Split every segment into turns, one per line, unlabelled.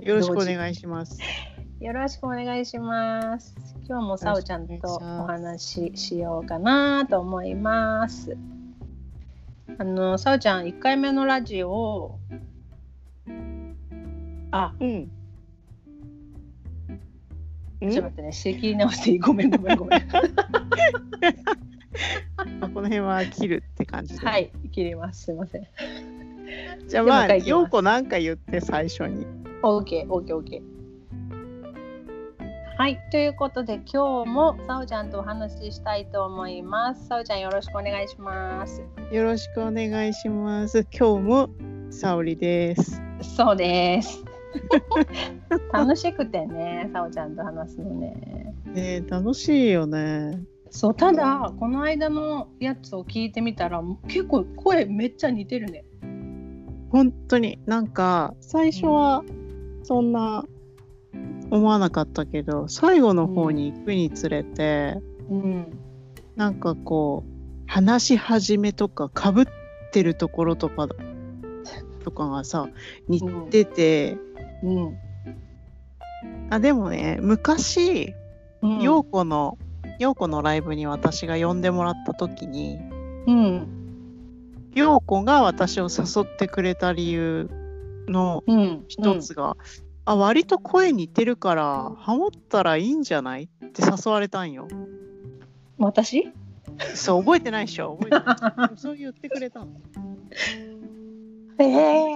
よろしくお願いします。
よろしくお願いします。今日もさおちゃんとお話ししようかなと思います。あのさおちゃん1回目のラジオあ
うん。
ちょっと待ってね仕切り直していいごめんごめんごめん
まあこの辺は切るって感じで。
はい切りますすいません
じゃあま
でも書
あ、
いてます
ようこなんか言って最初に。
OKOKOK はいということで今日もさおちゃんとお話ししたいと思いますさおちゃんよろしくお願いします
よろしくお願いします。今日も沙織です。
そう です。楽しくてね、さおちゃんと話すのね。
ねえ楽しいよね。
そう、ただ、この間のやつを聞いてみたら、結構声めっちゃ似てるね。
本当になんか最初はそんな思わなかったけど、最後の方に行くにつれて、
うん。
なんかこう話し始めとかかぶってるところとかとかがさ似てて、
うん。
あでもね昔
うん。
陽子、の陽子のライブに私が呼んでもらった時に
うん。
陽子が私を誘ってくれた理由の
うん。
一つが、あ割と声似てるからハモったらいいんじゃないって誘われたんよ。
うん。私。
そう覚えてないでしょ覚えてない でもそう言ってくれたの。
ええ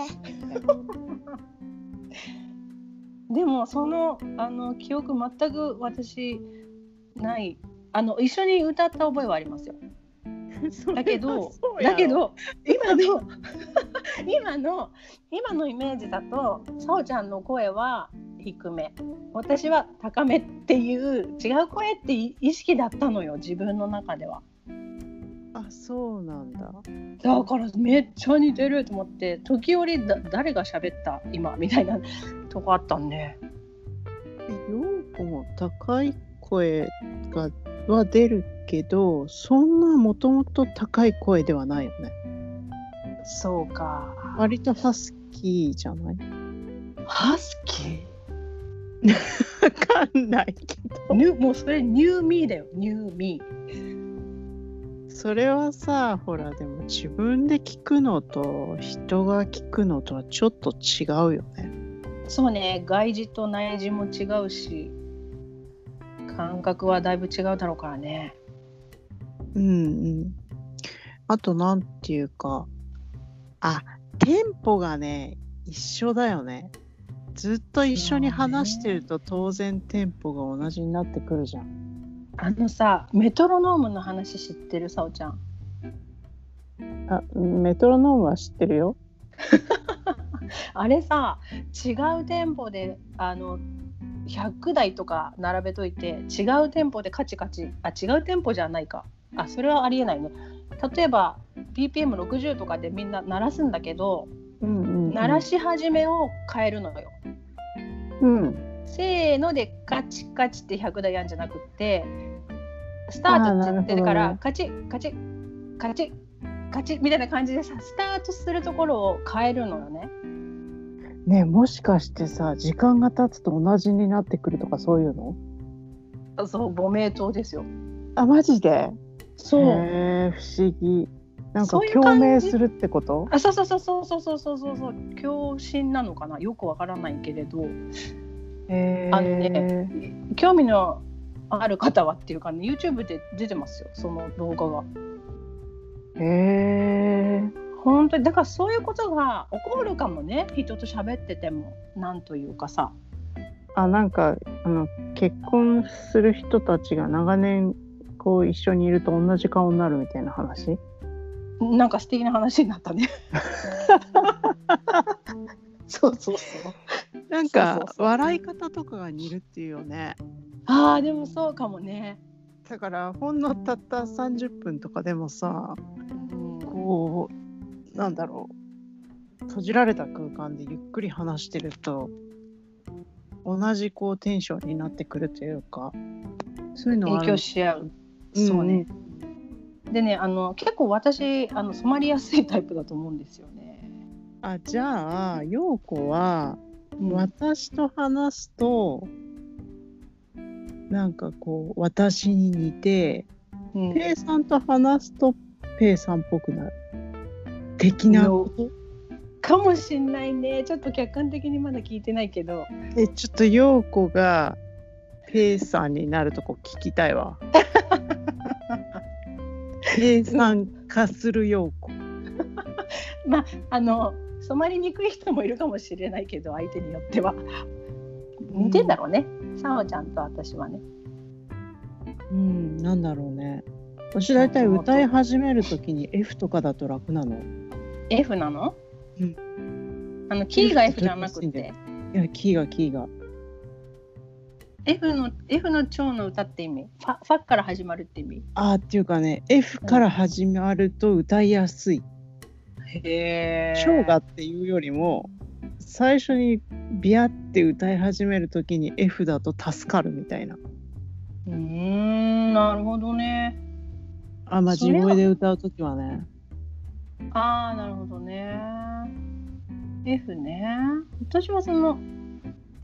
でも、その、あの、記憶全く私。ない。あの、一緒に歌った覚えはありますよ。だけど
それはそうや
だ
ろ
けど今の 今の今のイメージだとさおちゃんの声は低め私は高めっていう違う声ってい意識だったのよ自分の中では
あそうなんだ。
だからめっちゃ似てると思って時折だ誰が喋った今みたいなとこあったんで
ようこも高い声がは出るけどそんなもともと高い声ではないよね
そうか
割とハスキーじゃない
ハスキ
わかんないけ
ーニュもうそれニューミーだよニューミー
どそれはさほらでも自分で聞くのと人が聞くのとはちょっと違うよね
そうね外耳と内耳も違うし感覚はだいぶ違うだろうからね
うんうんあとなんていうかあテンポがね一緒だよねずっと一緒に話してると当然テンポが同じになってくるじゃん
あのさメトロノームの話知ってるさおちゃん
あメトロノームは知ってるよ。
あれさ違う店舗であの100台とか並べといて違う店舗でカチカチあ違う店舗じゃないかあそれはありえないね例えば BPM60 とかでみんな鳴らすんだけど
うんうん、
鳴らし始めを変えるのよ、
うん。
せーのでカチカチって100台やんじゃなくってスタートって言ってるか
あーな
ら
る
カチカチカチカチみたいな感じでさスタートするところを変えるのよね
ねえもしかしてさ時間が経つと同じになってくるとかそういうの
そう母名刀ですよ
あマジで
そう
へえ不思議。なんか
そういう
共
感じ
鳴するってこと
あそうそうそうそうそうそうそうそうそう共振なのかなよくわからないけれど
へえ
あのね興味のある方はっていうかね YouTube で出てますよその動画が
へえ
本当にだからそういうことが起こるかもね人と喋っててもなんというかさ
あなんかあの結婚する人たちが長年こう一緒にいると同じ顔になるみたいな話
なんか素敵な話になったね そうそうそう
なん
か笑
い方とかが似るっていうよね。
あーでもそうかもね、
だからほんのたった30分とかでもさ
うん、
こうなんだろう閉じられた空間でゆっくり話してると同じこうテンションになってくるというかそういうのは
影響し合う、
うん
そうねでねあの結構私あの染まりやすいタイプだと思うんですよね
あじゃあ陽子は
うん
私と話すとなんかこう私に似て
うん
ペイさんと話すとペイさんっぽくなる的なこと
かもしんないねちょっと客観的にまだ聞いてないけど
えちょっと陽子がペイさんになるとこ聞きたい わペイさん化する陽子
あの染まりにくい人もいるかもしれないけど相手によっては似てんだろうねさおちゃんと私はね
うんなんだろうね私大体歌い始めるときに F とかだと楽なの
F なの、
う
あのキーが F じゃなくて
いやキーがキーが
F の F の蝶の歌って意味ファファから始まるって意味
あーっていうかね F から始まると歌いやすい
へ
「超が」っていうよりも最初にビヤって歌い始めるときに F だと助かるみたいな
うーんなるほどね
あまあ
そ
地
れは
声で歌うときはね
ああなるほどね F ね私はその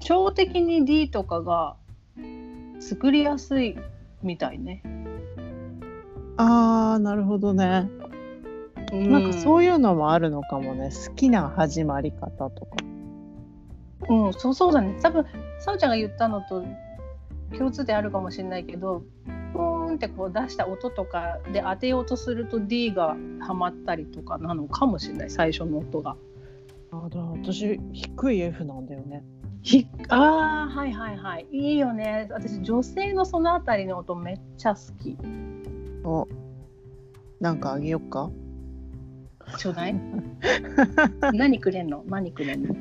腸的に D とかが作りやすいみたいね、
あーなるほどね、なんかそう
い
いうのもあるのかもね好きな始まり方とか
う、うん、そうそうだね多分さおちゃんが言ったのと共通点あるかもしれないけどポーンってこう出した音とかで当てようとすると D がハマったりとかなのかもしれない最初の音が。
あだから私低い F なんだよね
ひああはいはいはいいいよね私女性のそのあたりの音めっちゃ好き。
おなんかあげよっか
ちょう だい。何くれんの？何くれんの？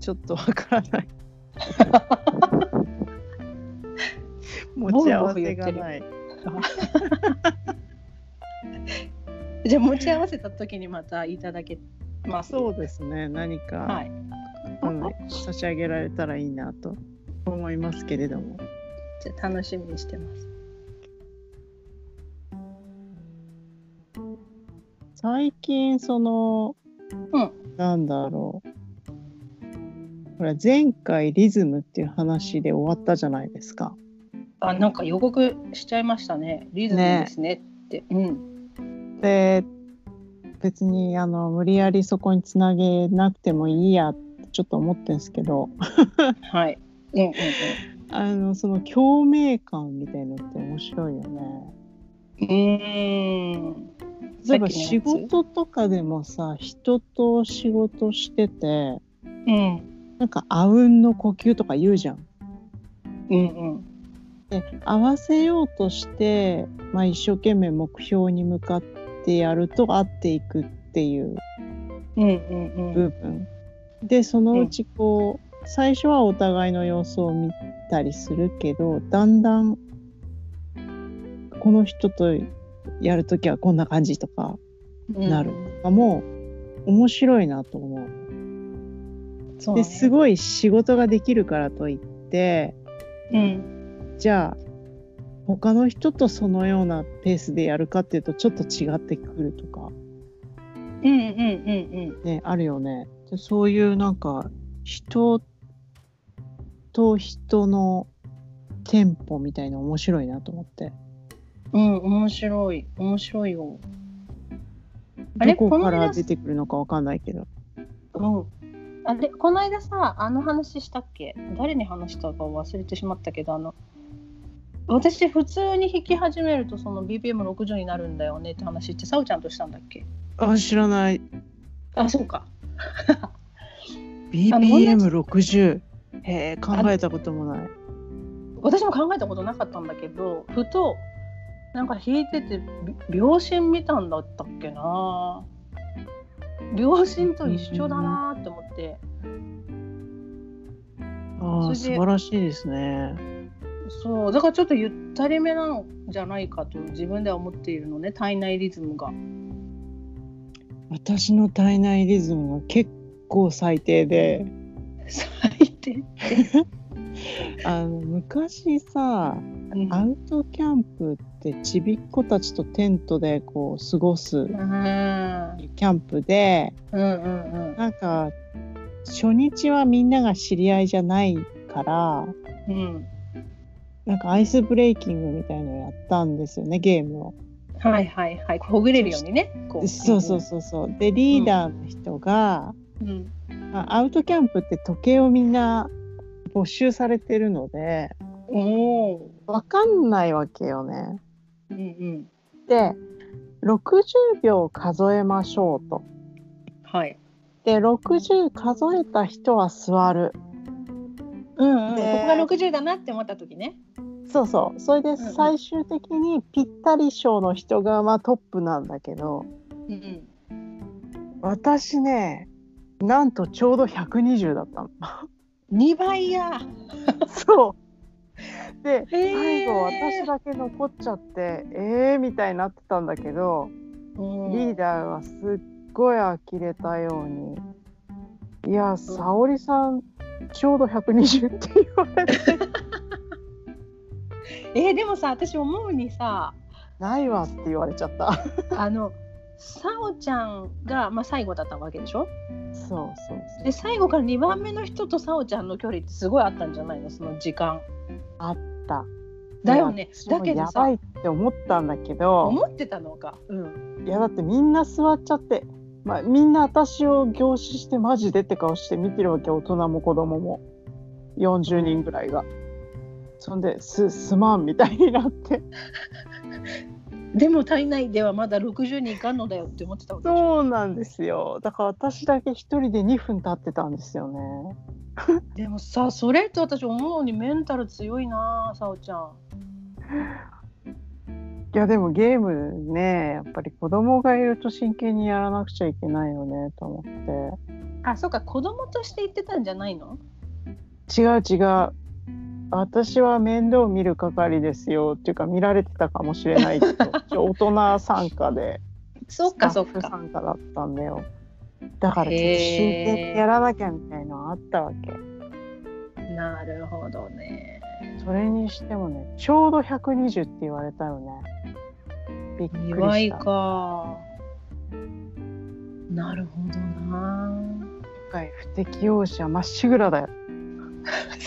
ちょっとわから ない。持
ボ
ち
フ
合
ボ
わ
フ
せ
言って
が
る
ない。
じゃあ持ち合わせた時にまたいただけます。
そうですね。何か、
はい。
うん差し上げられたらいいなと思いますけれども。
じゃあ楽しみにしてます。
最近その、
うん
なんだろう。ほら前回リズムっていう話で終わったじゃないですか。
あなんか予告しちゃいましたね。リズムですねって。うん。
で別にあの無理やりそこにつなげなくてもいいやってちょっと思ってるんですけど。
はい。うんうん
あのその共鳴感みたいのって面白いよね。
うん。うーん。さ
例え
っ
ば
きのやつ
仕事とかでもさ人と仕事してて
うん
なんかあうんの呼吸とか言うじゃん。
うんうん
で合わせようとして、まあ、一生懸命目標に向かってやると合っていくっていう
うんうんうん
部分。でそのうちこう、最初はお互いの様子を見たりするけどだんだんこの人とやるときはこんな感じとか。
うん。
なるのも面白いなと思う。
そうね。
ですごい仕事ができるからといって
うん。
じゃあ他の人とそのようなペースでやるかっていうとちょっと違ってくるとか
うんうんうん
ねあるよね。でそういうなんか人と人のテンポみたいな面白いなと思って。
うん。うん面白い面白いよ。あれ
どこか
この
ら
間
出てくるのかわかんないけど。
うん、あれこの間さあの話したっけ誰に話したか忘れてしまったけどあの私普通に弾き始めるとその BPM60 になるんだよねって話ってさおちゃんとしたんだっけ
あ知らない。
あそうかあの同じ
BPM60。へえ考えたこともない。
私も考えたことなかったんだけどふとなんか弾いててび秒針見たんだったっけな秒針と一緒だなって思って
あ
そ
あ素
れで
晴らしいですね。
そうだからちょっとゆったりめなのじゃないかと自分では思っているのね体内リズムが。
私の体内リズムが結構最低で、
最低。
あの昔さ、
うん
アウトキャンプってちびっ子たちとテントでこう過ごす
うん
キャンプで、
うんうん
なんか初日はみんなが知り合いじゃないから
うん。
なんかアイスブレイキングみたいのやったんですよねゲームを。
はいはいはい。ほぐれるようにね。こ
そうそうそうそうでリーダーの人が、
う。うん。
まあアウトキャンプって時計をみんな没収されてるので
おお。
わかんないわけよね。
うんうん。
で60秒数えましょうと。
はい。
で60数えた人は座る。
うんうん。ここ
で
が六十だなって思った時ね。
そうそうそれで
んうん
最終的にぴったり賞の人がまあトップなんだけど
うん
私ねなんとちょうど120だったの。
うん。二倍や。
そうで
へー
最後私だけ残っちゃってえーみたいになってたんだけどリーダーはすっごい呆れたように「いや沙織さんちょうど120」って言われて
えーでもさ私思うにさ
ないわって言われちゃった。
あのさおちゃんが、まあ、最後だったわけでしょ
そうそうそう
で最後から2番目の人とさおちゃんの距離ってすごいあったんじゃないのその時間
だ
だよね
私も
だけど
や
さ
ばいって思ったんだけど
思ってたのかうん
いやだってみんな座っちゃって、まあ、みんな私を凝視してマジでって顔して見てるわけ大人も子供も40人ぐらいがそんですすまんみたいになって
でも体内ではまだ60人いかんのだよって思ってたわけでしょ
そうなんですよだから私だけ一人で2分経ってたんですよね
でもさそれって私思うにメンタル強いなさおちゃん
いやでもゲームねやっぱり子供がいると真剣にやらなくちゃいけないよねと思って。
あそうか子供として言ってたんじゃないの
違う違う私は面倒見る係ですよっていうか見られてたかもしれないけ ど一応大人参加で
そうかそう
スタッ
か
フ参加だったんだよだからちょっと真
へー
剣にやらなきゃみたいのあったわけ
なるほどね
それにしてもねちょうど120って言われたよねびっく
2
り
倍
した
かなるほどな
今回不適応者まっしぐらだよ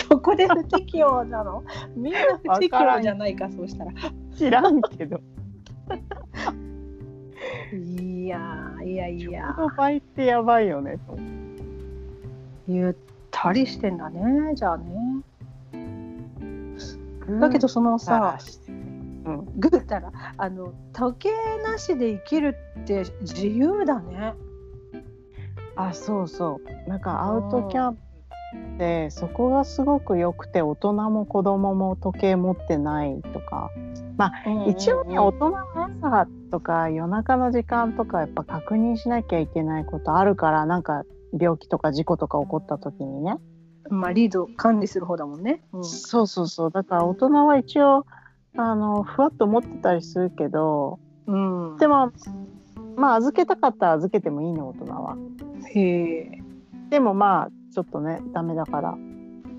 そこで不適応なの みんな不適応じゃないかそうしたら
知らんけど
いやーいやいや
この倍ってやばいよねと思って
ゆったりしてんだねじゃあねだけどその
さ
さ
らして
グーたらあの時計なしで生きるって自由だね
あそうそうなんかアウトキャンプってそこがすごく良くて大人も子供も時計持ってないとか一応ね大人の朝とか夜中の時間とかやっぱ確認しなきゃいけないことあるからなんか病気とか事故とか起こった時にね、
まあリード管理する方だもんね、うん
そうそうそうだから大人は一応あのふわっと持ってたりするけど
うん、
でもまあ預けたかったら預けてもいいの大人は
へえ
でもまあちょっとねダメだから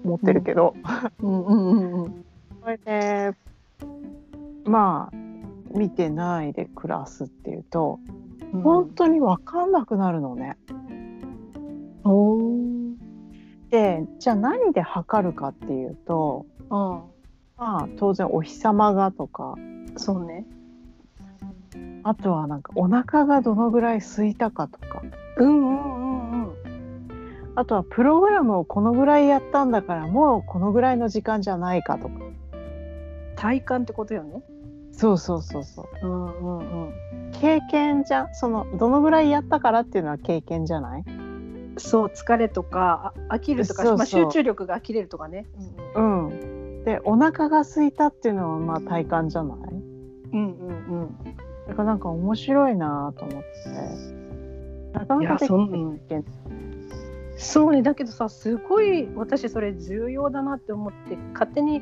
持ってるけど、
うんうんうんうん
それでまあ見てないで暮らすっていうと、
うん
本当に分かんなくなるのね。でじゃあ何で測るかっていうと
うん
まあ当然お日様がとか
そうね
あとはなんかお腹がどのぐらい空いたかとか
うんうんうんうん
あとはプログラムをこのぐらいやったんだからもうこのぐらいの時間じゃないかとか
体感ってことよね
そうそうそうそう
うんうんうん
経験じゃそのどのぐらいやったからっていうのは経験じゃない
そう疲れとかあ飽きるとか
そうそう
まあ、集中力が切れるとかね
うん。で、お腹が空いたっていうのはまあ体感じゃない
うんうんうんうん
だからなんか面白いなぁと思って。なか
い
な
や
かでき
そ
ない
んそうねだけどさすごい私それ重要だなって思って勝手に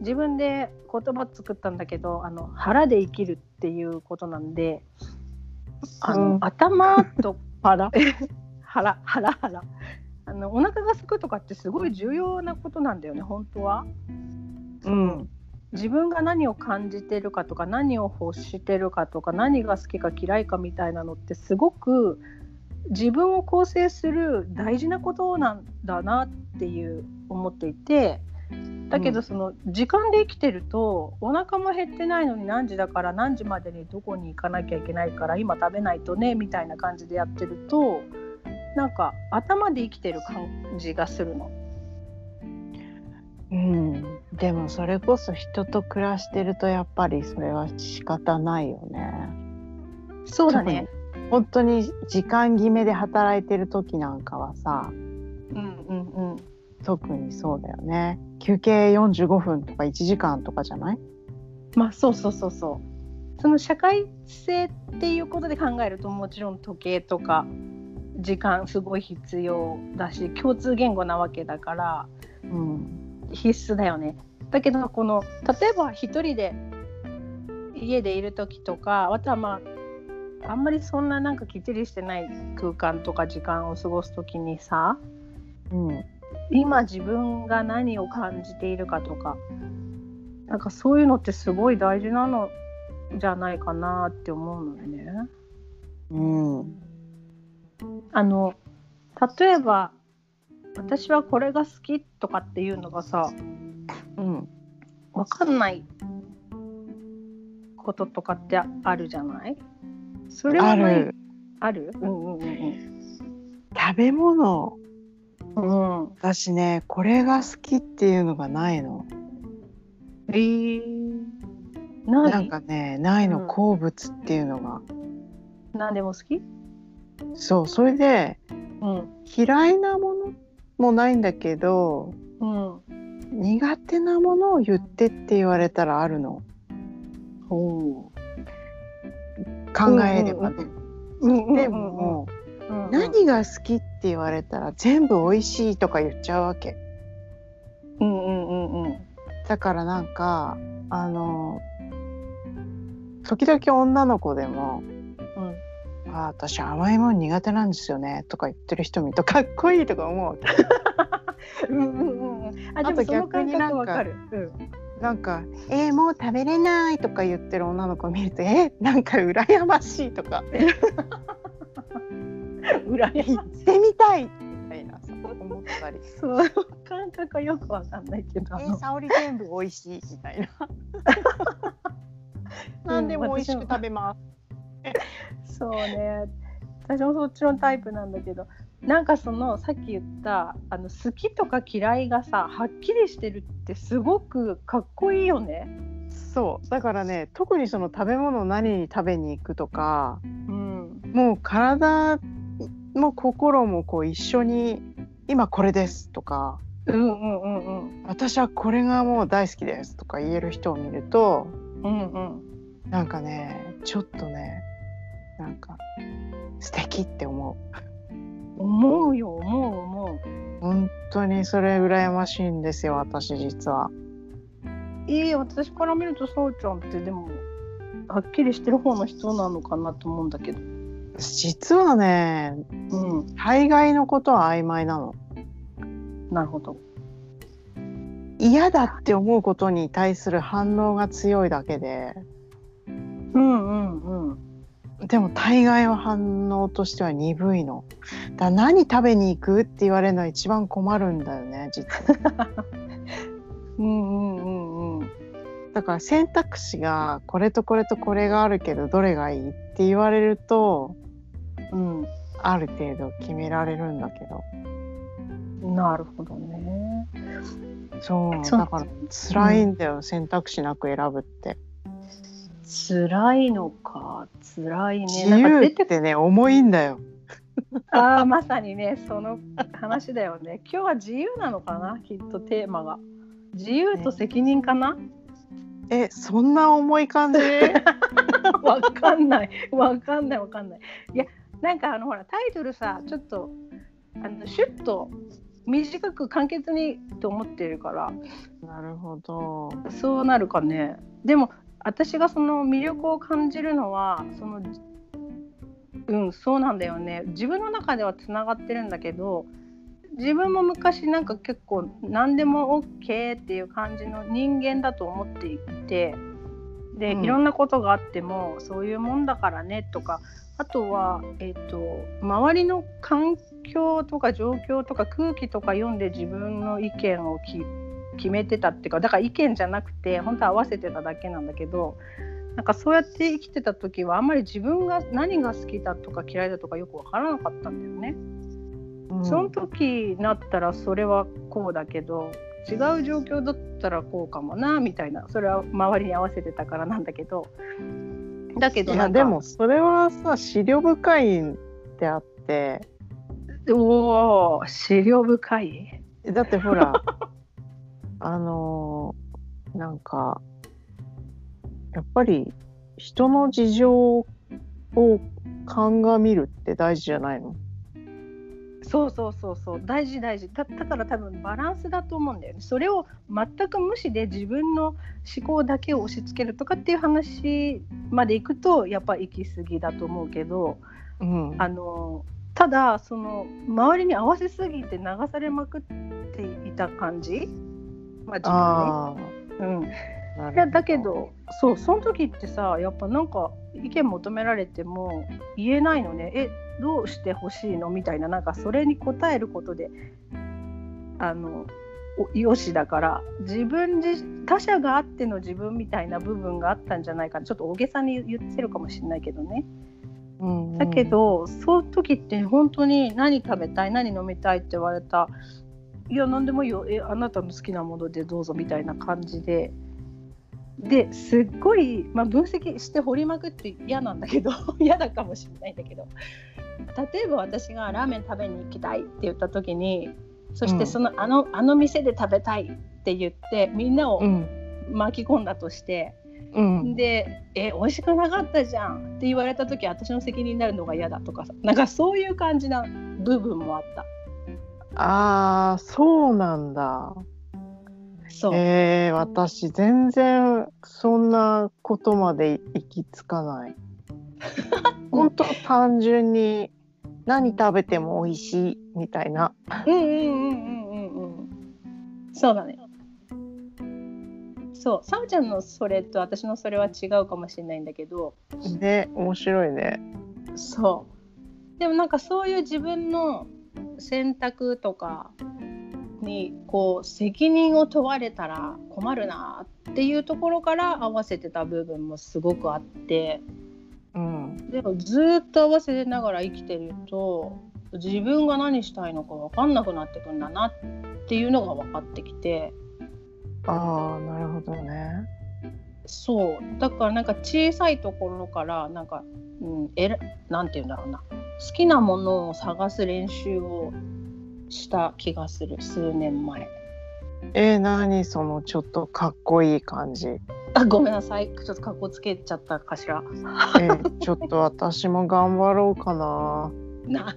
自分で言葉作ったんだけどあの腹で生きるっていうことなんであの、
うん
頭と
腹。
腹腹腹あのお腹が空くとかってすごい重要なことなんだよね本当は
うん。
自分が何を感じてるかとか何を欲してるかとか何が好きか嫌いかみたいなのってすごく自分を構成する大事なことなんだなっていう思っていてだけ
う
ど
ん
その時間で生きてるとお腹も減ってないのに何時だから何時までにどこに行かなきゃいけないから今食べないとねみたいな感じでやってるとなんか頭で生きてる感じがするの。
うん、でもそれこそ人と暮らしてるとやっぱりそれは仕方ないよね。
そうだね。
本当に時間決めで働いてる時なんかはさ
うんうんうん。
特にそうだよね休憩45分とか1時間とかじゃない
まあそうそうそうそうその社会性っていうことで考えるともちろん時計とか時間すごい必要だし共通言語なわけだから
うん
必須だよね。だけどこの例えば一人で家でいる時とかあとはまああんまりそんななんかきっちりしてない空間とか時間を過ごす時にさ
うん
今自分が何を感じているかとかなんかそういうのってすごい大事なのじゃないかなって思うのよね。
うん
あの例えば私はこれが好きとかっていうのがさ
うん
分かんないこととかってあるじゃないそれ
あ
はない
る
あるうんうんうん
食べ物
うん。うん、
私ねこれが好きっていうのがないの
えー、何
なんかねないの、
うん
好物っていうのが
何でも好き、
そうそれで
うん
嫌いなものもないんだけど
うん、
苦手なものを言ってって言われたらあるの
ほ
考えればね、
う
で
うん
も、
うん
何が好きって言われたら全部美味しいとか言っちゃうわけ
うんうんうんうん
だからなんかあの時々女の子でも
うん
「あー私甘いもん苦手なんですよね」とか言ってる人見ると かっこいいとか思うわけ
う んうんうん、あ
あと
でもその
逆
感
になん
覚
か
わかる。うん
なんか「えーもう食べれない」とか言ってる女の子見ると「えーなんか羨ましい」とか「
羨
行ってみたい」みたいなさ思った り。
その感覚はよくわかんないけど、あ
えー、
の
沙織全部美味しいみたい な。何でも美味しく食べます。
そうね私もそっちのタイプなんだけどなんかそのさっき言ったあの好きとか嫌いがさはっきりしてるってすごくかっこいいよね。
そうだからね特にその食べ物何に食べに行くとか
うん、
もう体も心もこう一緒に今これですとか
うんうんうん
私はこれがもう大好きですとか言える人を見ると
うんうんうん
なんかねちょっとねなんか素敵って思う
思うよ思う思う。
本当にそれ羨ましいんですよ私実は。
ええ私から見るとそうちゃんってでもはっきりしてる方の人なのかなと思うんだけど。
実はね
うん
大概のことは曖昧なの
なるほど。
嫌だって思うことに対する反応が強いだけで
うんうんうん。
でも大概は反応としては鈍いのだから何食べに行くって言われるのは一番困るんだよね実は
うんうんうんうん。
だから選択肢がこれとこれとこれがあるけどどれがいいって言われると
う
ある程度決められるんだけど
ん。なるほどね。
そう
そう
だから辛いんだよ、選択肢なく選ぶって
辛いのか。辛いね。
自
なんか
由
出
っててね重いんだよ
ああ、まさにね、その話だよね。今日は自由なのかな、きっとテーマが。自由と責任か な。
えそんな重い感じ
わかんない。わかんない。わかんない。いや、なんかあのほら、タイトルさ、ちょっと。あのシュッと。短く簡潔にと思ってるから。
なるほど
そうなるかね。でも私がその魅力を感じるのはそのうんそうなんだよね。自分の中ではつながってるんだけど自分も昔なんか結構何でも OK っていう感じの人間だと思っていてで、
うん
いろんなことがあってもそういうもんだからねとかあとは、えっと周りの環境とか状況とか空気とか読んで自分の意見をき決めてたっていうかだから意見じゃなくて本当は合わせてただけなんだけどなんかそうやって生きてた時はあんまり自分が何が好きだとか嫌いだとかよく分からなかったんだよね。
うん
その時になったらそれはこうだけど違う状況だったらこうかもなみたいなそれは周りに合わせてたからなんだけどだけ
い
ど
や
なんか
でもそれはさ資料深いんであって
おお資料深い
だってほ らあのーなんかやっぱり人の事情を鑑みるって大事じゃないの
そうそうそうそう大事大事だだから多分バランスだと思うんだよねそれを全く無視で自分の思考だけを押し付けるとかっていう話までいくとやっぱ行き過ぎだと思うけど。
うん
あのただその周りに合わせすぎて流されまくっていた感じ、まあ
あ
自分ね
ーなる
う
ほ
ん、いやだけどそうその時ってさやっぱなんか意見求められても言えないのねえどうしてほしいのみたいななんかそれに答えることであのおよしだから自分自他者があっての自分みたいな部分があったんじゃないかなちょっと大げさに言ってるかもしれないけどね。
うんうん
だけど、そういう時って本当に何食べたい何飲みたいって言われたいや何でもいいよえあなたの好きなものでどうぞみたいな感じでですっごい、まあ、分析して掘りまくって嫌なんだけど 嫌だかもしれないんだけど例えば私がラーメン食べに行きたいって言った時にそし
う
て
ん
その,、あのあの店で食べたいって言ってみんな
う
を
ん
巻き込んだとして。
うん
で「え美味しくなかったじゃん」って言われた時私の責任になるのが嫌だとかさなんかそういう感じな部分もあった
ああそうなんだ
そう、
えー、私全然そんなことまで行き着 かない。本当単純に何食べても美味しいみたいな。
うんうんうんうんうんうんそうだねそうさおちゃんのそれと私のそれは違うかもしれないんだけど
で面白いね。
そうでもなんかそういう自分の選択とかにこう責任を問われたら困るなっていうところから合わせてた部分もすごくあって
うん。
でもずーっと合わせながら生きてると自分が何したいのか分かんなくなってくんだなっていうのが分かってきて
ああなるほどね。
そうだからなんか小さいところからなんか、うん、えらなんて言うんだろうな好きなものを探す練習をした気がする数年前
えー、何そのちょっとかっこいい感じ。え
あごめんなさいちょっと格好つけちゃったかしら
ーちょっと私も頑張ろうかな。
な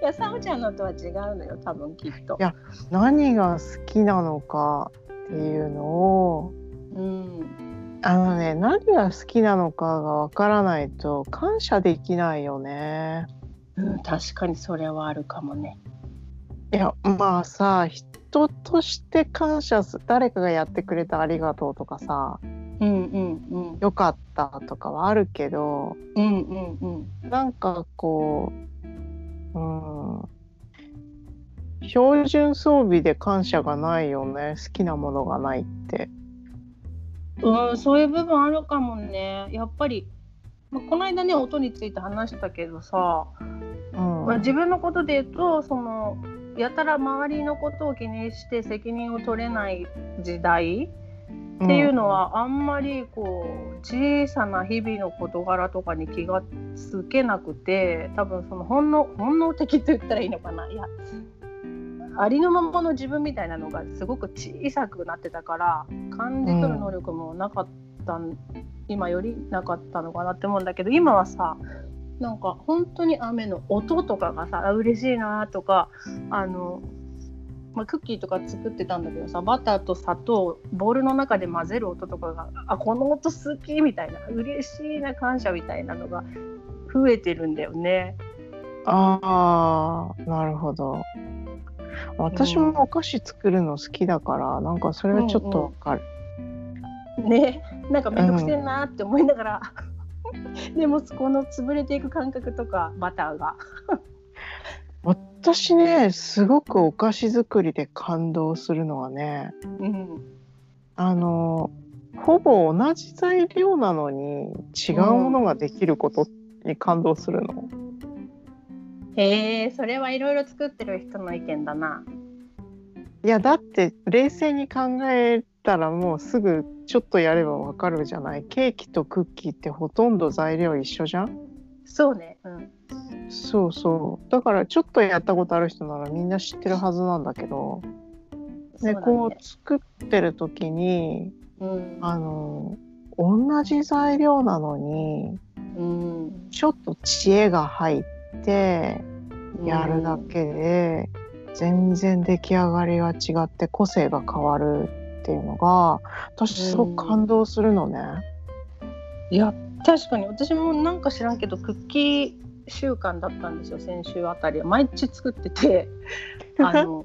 いやさおちゃんのとは違うのよ多分きっと
いや何が好きなのかっていうのを
うん
あのね何が好きなのかがわからないと感謝できないよね。
うん、確かにそれはあるかもね
いやまあさ人として感謝す誰かがやってくれたありがとうとかさ
うんうん
よかったとかはあるけど
うんうんうんうん
なんかこううん標準装備で感謝がないよね好きなものがないって。
うん、そういう部分あるかもねやっぱり、まあ、この間ね音について話したけどさ、
うん
まあ、自分のことで言うとそのやたら周りのことを気にして責任を取れない時代っていうのはあんまりこう小さな日々の事柄とかに気がつけなくて多分その本能本能的と言ったらいいのかないやありのままの自分みたいなのがすごく小さくなってたから感じ取る能力もなかった、ん、今よりなかったのかなって思うんだけど今はさなんか本当に雨の音とかがさあ嬉しいなとかあのまあ、クッキーとか作ってたんだけどさバターと砂糖をボウルの中で混ぜる音とかがあこの音好きみたいな嬉しいな感謝みたいなのが増えてるんだよね。
ああなるほど私もお菓子作るの好きだから、なんかそれはちょっとわかる、
ね なんかめんどくせえなって思いながら、でもこの潰れていく感覚とかバターが
私ねすごくお菓子作りで感動するのはね
うん
あのほぼ同じ材料なのに違うものができることに感動するの。
へえそれはいろいろ作ってる人の意見だない
やだって冷静に考えたらもうすぐちょっとやればわかるじゃないケーキとクッキーってほとんど材料一緒じゃん
そうねうん
そうそうだからちょっとやったことある人ならみんな知ってるはずなんだけど
そう
で
だね
こう作ってる時に
うん
あの同じ材料なのに
うん
ちょっと知恵が入ってやるだけで全然出来上がりが違って個性が変わるっていうのが私すごく感動するのね。
いや確かに私もなんか知らんけどクッキー習慣だったんですよ先週あたり毎日作って てあの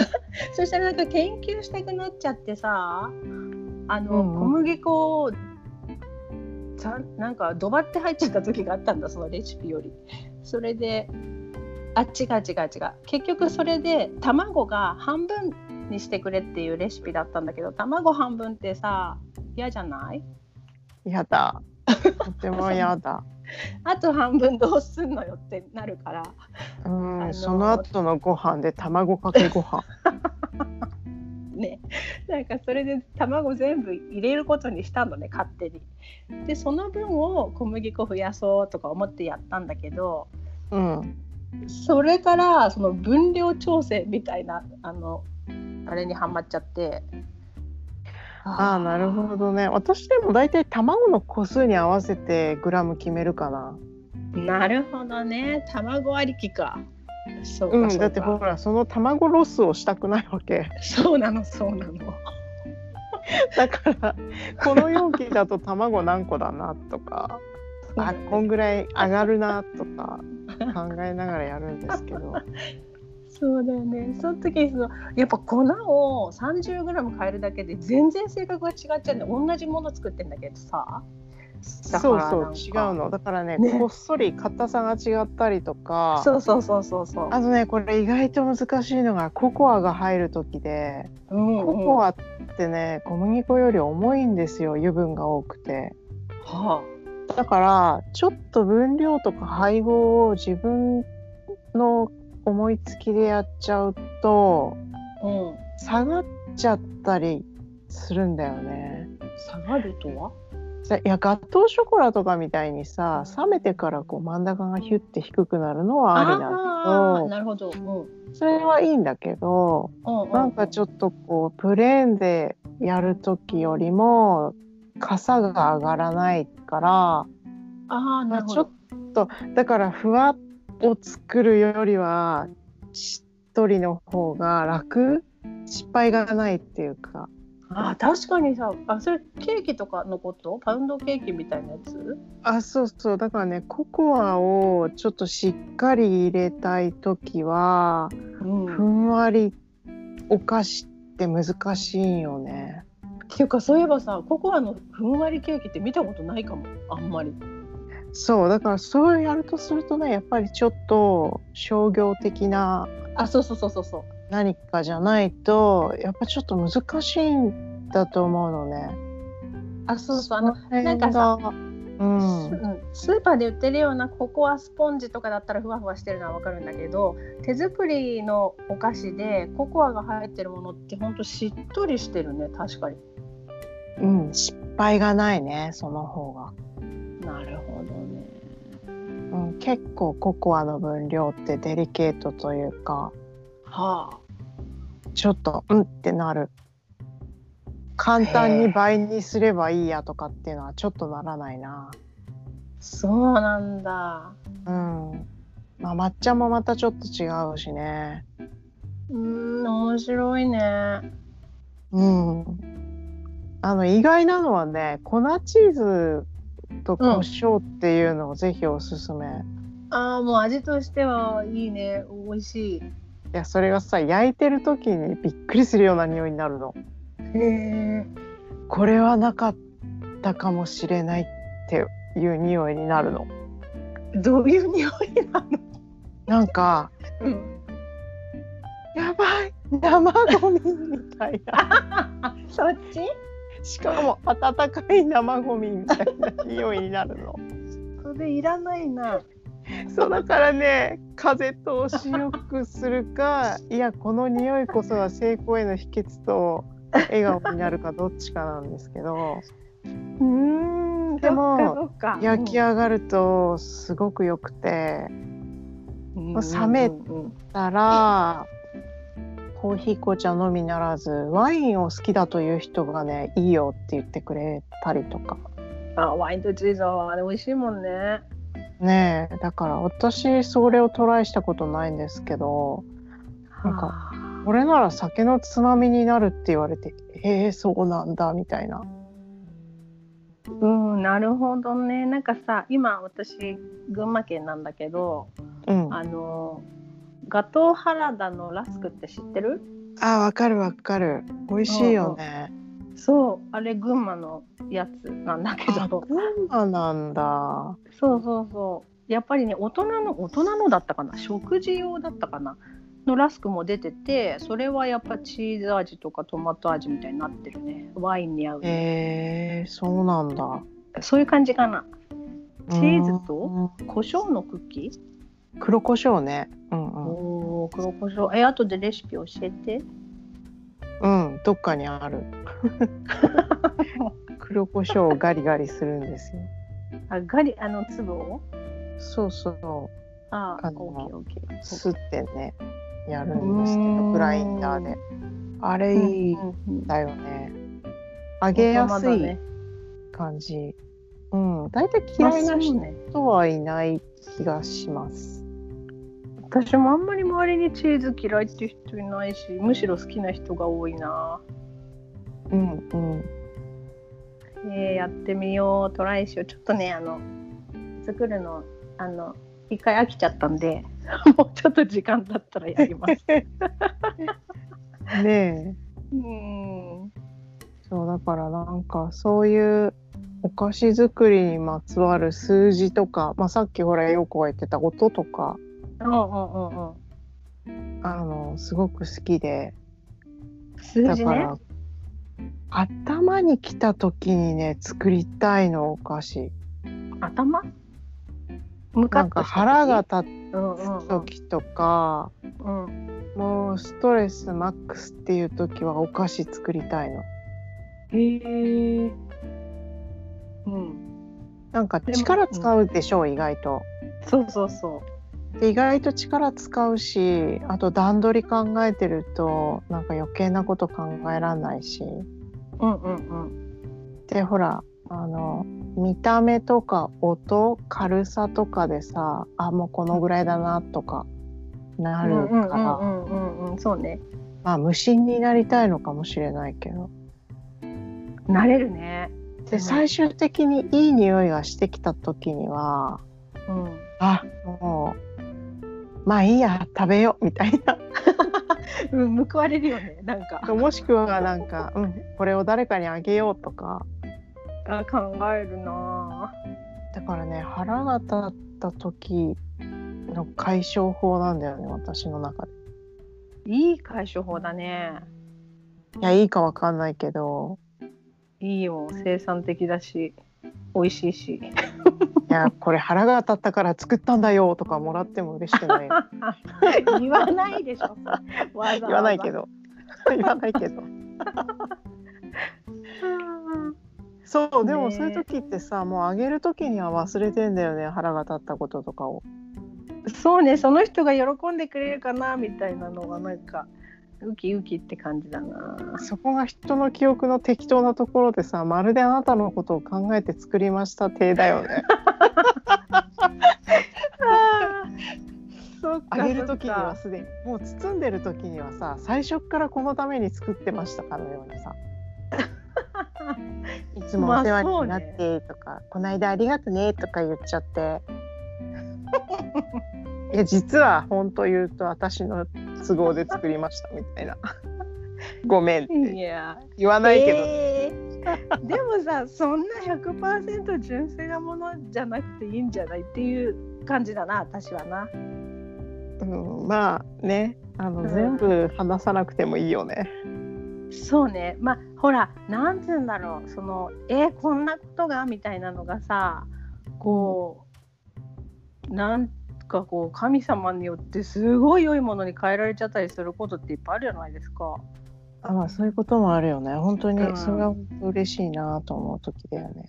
そしたらなんか研究したくなっちゃってさあの、
うんうん
小麦粉をざなんかドバって入っちゃった時があったんだそのレシピより。それであ違う違う違う結局それで卵が半分にしてくれっていうレシピだったんだけど卵半分ってさ嫌じゃない
やだ。とても やだ。
あと半分どうすんのよってなるから
う
あの
ん、その後のご飯で卵かけご飯。
ねなんかそれで卵全部入れることにしたのね勝手に。でその分を小麦粉増やそうとか思ってやったんだけど
うん。
それからその分量調整みたいなあのあれにはまっちゃって。
ああ、なるほどね。私でも大体卵の個数に合わせてグラム決めるかな。
なるほどね卵ありきか。そうか
うん、
そうか
だってほらその卵ロスをしたくないわ け。
そうなのそうなの。
だからこの容器だと卵何個だな とか。あこんぐらい上がるなとか考えながらやるんです けど
そうだよね。その時そのやっぱ粉を 30g 変えるだけで全然性格が違っちゃうんで同じもの作ってんだけどさ。だか
そう
ら
そ
なん
う
か
違うのだからね
ね
こっそり硬さが違ったりとか
そうそうそうそうそう。
あとねこれ意外と難しいのがココアが入る時で
うんう
コ
ん
コ
は
アってね小麦粉より重いんですよ油分が多くて
あ、
だからちょっと分量とか配合を自分の思いつきでやっちゃうと
うん。
下がっちゃったりするんだよね。
下がるとは？
さいやガトーショコラとかみたいにさ冷めてからこう真ん中がヒュッて低くなるのはあり
あー
なんだ
なるほど。うんうん
けどそれはいいんだけど
うん。
なんかちょっとこうプレーンでやる時よりも傘が上がらないか
ああなるほど。
ちょっらだからふわっを作るよりはしっとりの方が楽失敗がないっていうか
あー確かにさ、あそれケーキとかのこと？パウンドケーキみたいなやつ？
あそうそうだからねココアをちょっとしっかり入れたい時は
うん。
ふんわりお菓子って難しいよね。
っていうかそういえばさココアのふんわりケーキって見たことないかもあんまり
そうだからそれをやるとするとねやっぱりちょっと商業的な
あそうそうそうそうそう
何かじゃないとやっぱちょっと難しいんだと思うのね。
あそうそうあの、
の
なんかさ
辺がう、
うんん、スーパーで売ってるようなココアスポンジとかだったらふわふわしてるのはわかるんだけど手作りのお菓子でココアが入ってるものってほんとしっとりしてるね確かに
うん、失敗がないねその方が、
なるほどね
うん。結構ココアの分量ってデリケートというか
はあ
ちょっとうんってなる。簡単に倍にすればいいやとかっていうのはちょっとならないな。
そうなんだ
うん。まあ、抹茶もまたちょっと違うしね。
うーん面白いね
うん。あの意外なのはね、粉チーズと胡椒っていうのをぜひおすすめ。い
あーもう味としてはいいね美味しい
や、それがさ、焼いてる時にびっくりするような匂いになるの。
へえ
これはなかった。たかもしれないっていう匂いになるの。
どういう匂いなの、
なんか
うん、
やばい生ゴミみたいな
そっち
しかも温かい生ゴミみたいな匂いになるの。
それいらないな。
そうだからね風通しよくするかいやこの匂いこそが成功への秘訣と笑顔になるかどっちかなんですけどうーんでも
そっかそっか
焼き上がるとすごくよくて
うん
もう冷め
うんうんうん
たらコーヒー紅茶のみならずワインを好きだという人がねいいよって言ってくれたりとか
あワインとチーズはあれ美味しいもんね。
ねえだから私それをトライしたことないんですけど。なんか
はあ
これなら酒のつまみになるって言われてええそうなんだみたいな
うん、なるほどね。なんかさ、今私群馬県なんだけど、
うん
あのガトーハラダのラスクって知ってる？
あわかるわかる美味しいよね
そう、あれ群馬のやつなんだけ
あ
ど、
群馬なんだ
そうそうそう。やっぱりね、大人の大人のだったかな、食事用だったかな。のラスクも出ててそれはやっぱチーズ味とかトマト味みたいになってるねワインに合う、
えー、そうなんだ
そういう感じかなチーズと
と
胡椒のクッキー
黒胡椒ねうん
おお黒胡椒え後でレシピ教えて
うん、うん、どっかにあ る黒胡椒をガリガリするんですよ
あガリあの粒を
そうそう
あ
あ
あ
の
オッケーオッケー
すってねやるんですけどグラインダーであれいい
うんうんうん
だよね揚げや
大
す
人だ
い
ね
感じ。うん、大体嫌
ま
いな
あそう
人
ね
はいない気がします。
私もあんまり周りにチーズ嫌いっていう人いないしむしろ好きな人が多いな
うんうん。
えー、やってみようトライしようちょっとねあの作るのあの一回飽きちゃったんで もうちょっと時間経ったらやります
ねえ、
うん
そうだからなんかそういうお菓子作りにまつわる数字とか、まあさっきほら陽子が言ってた音とか、
うんうんうんうん
あのすごく好きで、
数
だ
字
か
ね
ら、頭に来た時にね作りたいのお菓子。
頭向
なんか腹が立
うんうん
つ時とか、
うんうん
もうストレスマックスっていう時はお菓子作りたいの。
へえうん
なんか
でも
力使うでしょう意外と。
そうそうそ
で意外と力使うしあと段取り考えてるとなんか余計なこと考えらんないし
ううんうんうん
でほらあの見た目とか音軽さとかでさあもうこのぐらいだなとかな
あ
るから、
うんうんうんうんそうね
まあ無心になりたいのかもしれないけど
慣れるね
で最終的にいい匂いがしてきた時には
うん
あもうまあいいや食べようみたいな。
うん報われるよねなんか
もしくはなんか、うん、これを誰かにあげようとか
あ考えるな
だからね腹が立った時の解消法なんだよね私の中で。
いい解消法だね
いやいいかわかんないけど
いいよ生産的だし美味しい し
いやこれ腹が立ったから作ったんだよとかもらっても嬉しくない
言わないでしょわざわざ
言わないけど言わないけどそうでも
ねえ
そういう時ってさもうあげる時には忘れてんだよね腹が立ったこととかを。
そうねその人が喜んでくれるかなみたいなのがなんかウキウキって感じだな
そこが人の記憶の適当なところでさまるであなたのことを考えて作りました体だよね。
そっか
あげる時にはすでにもう包んでる時にはさ最初っからこのために作ってましたかのよう にさいつもお世話になってとか、こないだありがとねとか言っちゃっていや実は本当言うと私の都合で作りましたみたいな ごめんって
いや
言わないけど、
えでもさそんな100%純粋なものじゃなくていいんじゃないっていう感じだな私はな。
うん、まあねあの、
うん
全部話さなくてもいいよね。
そうねまあほらなんて言うんだろうそのえーこんなことがみたいなのがさこうなんかこう神様によってすごい良いものに変えられちゃったりすることっていっぱいあるじゃないですか。
ああそういうこともあるよね本当
うん
にそれが本当嬉しいなと思う時だよね。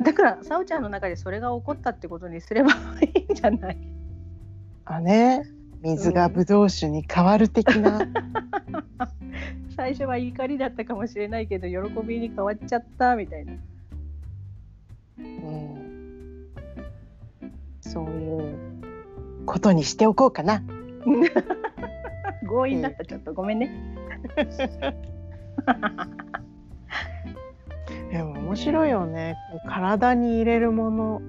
だからさおちゃんの中でそれが起こったってことにすればいいんじゃない
あね水がブドウ酒に変わる的な、
最初は怒りだったかもしれないけど喜びに変わっちゃったみたいな。
うん、そういうことにしておこうかな。
強引だったちょっとごめんね。
でも面白いよねこう体に入れるもの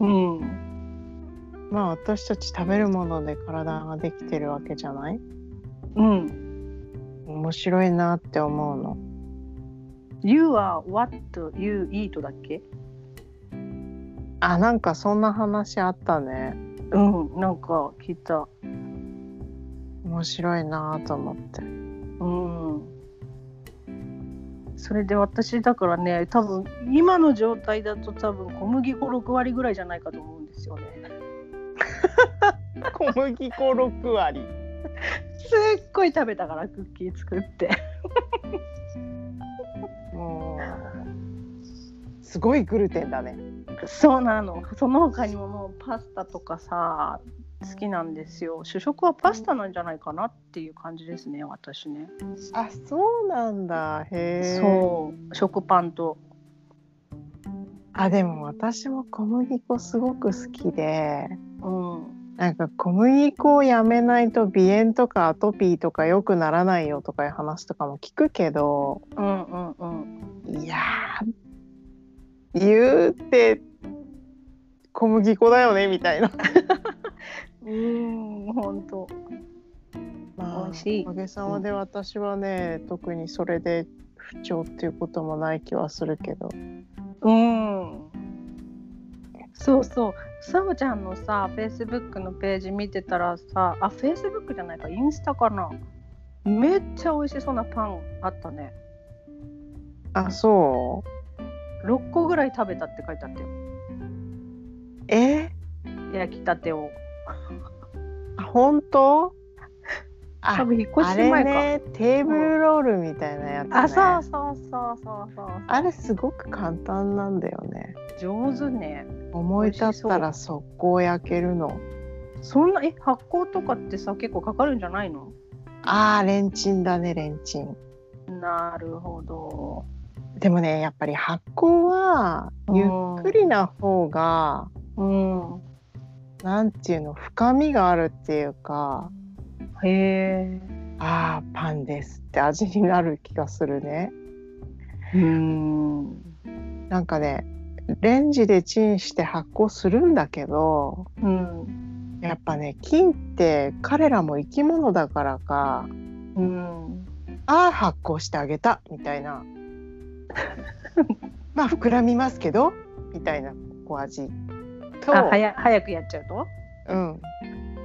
うん、
まあ私たち食べるもので体ができてるわけじゃない
うん。
面白いなって思うの。
You are what you eat だっけ？
あなんかそんな話あったね
うん、なんか聞いた。
面白いなと思って
うん。それで私だからね、多分今の状態だと多分小麦粉6割ぐらいじゃないかと思うんですよね。
小麦粉6割
すっごい食べたからクッキー作って。
もうすごいグルテンだね
そうなの。その他にももうパスタとかさ、好きなんですよ。主食はパスタなんじゃないかなっていう感じですね、私ね。
あそうなんだへえ
そう食パンと
あでも私も小麦粉すごく好きで
うん
なんか小麦粉をやめないと鼻炎とかアトピーとか良くならないよとかいう話とかも聞くけど
うんうんうん
いやー言うて小麦粉だよねみたいな
うん本当
まあ、
美味しい
おかげさまで私はね、特にそれで不調っていうこともない気はするけど。
うんそうそうさおちゃんのさフェイスブックのページ見てたらさあフェイスブックじゃないかインスタかなめっちゃ美味しそうなパンあったね
あ、そ
6個ぐらい食べたって書いてあったよ
うえ
焼きたてを
あ本当
多
あ、
分引っ越
あ
し
れ
前かあ,、
ね、テーブルロールみたいなやつ、
そ
ね。
うそうそうそうそう
あれすごく簡単なんだよね。
上手ね
思い立ったら速攻焼けるの。
そんなえ発酵とかってさ結構かかるんじゃないの
あー、レンチンだね、レンチン。
なるほど。
でもね、やっぱり発酵はゆっくりな方が、
うん。
なんていうの、深みがあるっていうか、
へえ。
あーパンですって味になる気がするね
うん。
なんかねレンジでチンして発酵するんだけど
うん。
やっぱね菌って彼らも生き物だからか
うん。
あー発酵してあげたみた いなまあ膨らみますけどみたいなお味と、
あ、はや、早くやっちゃうと。
うん、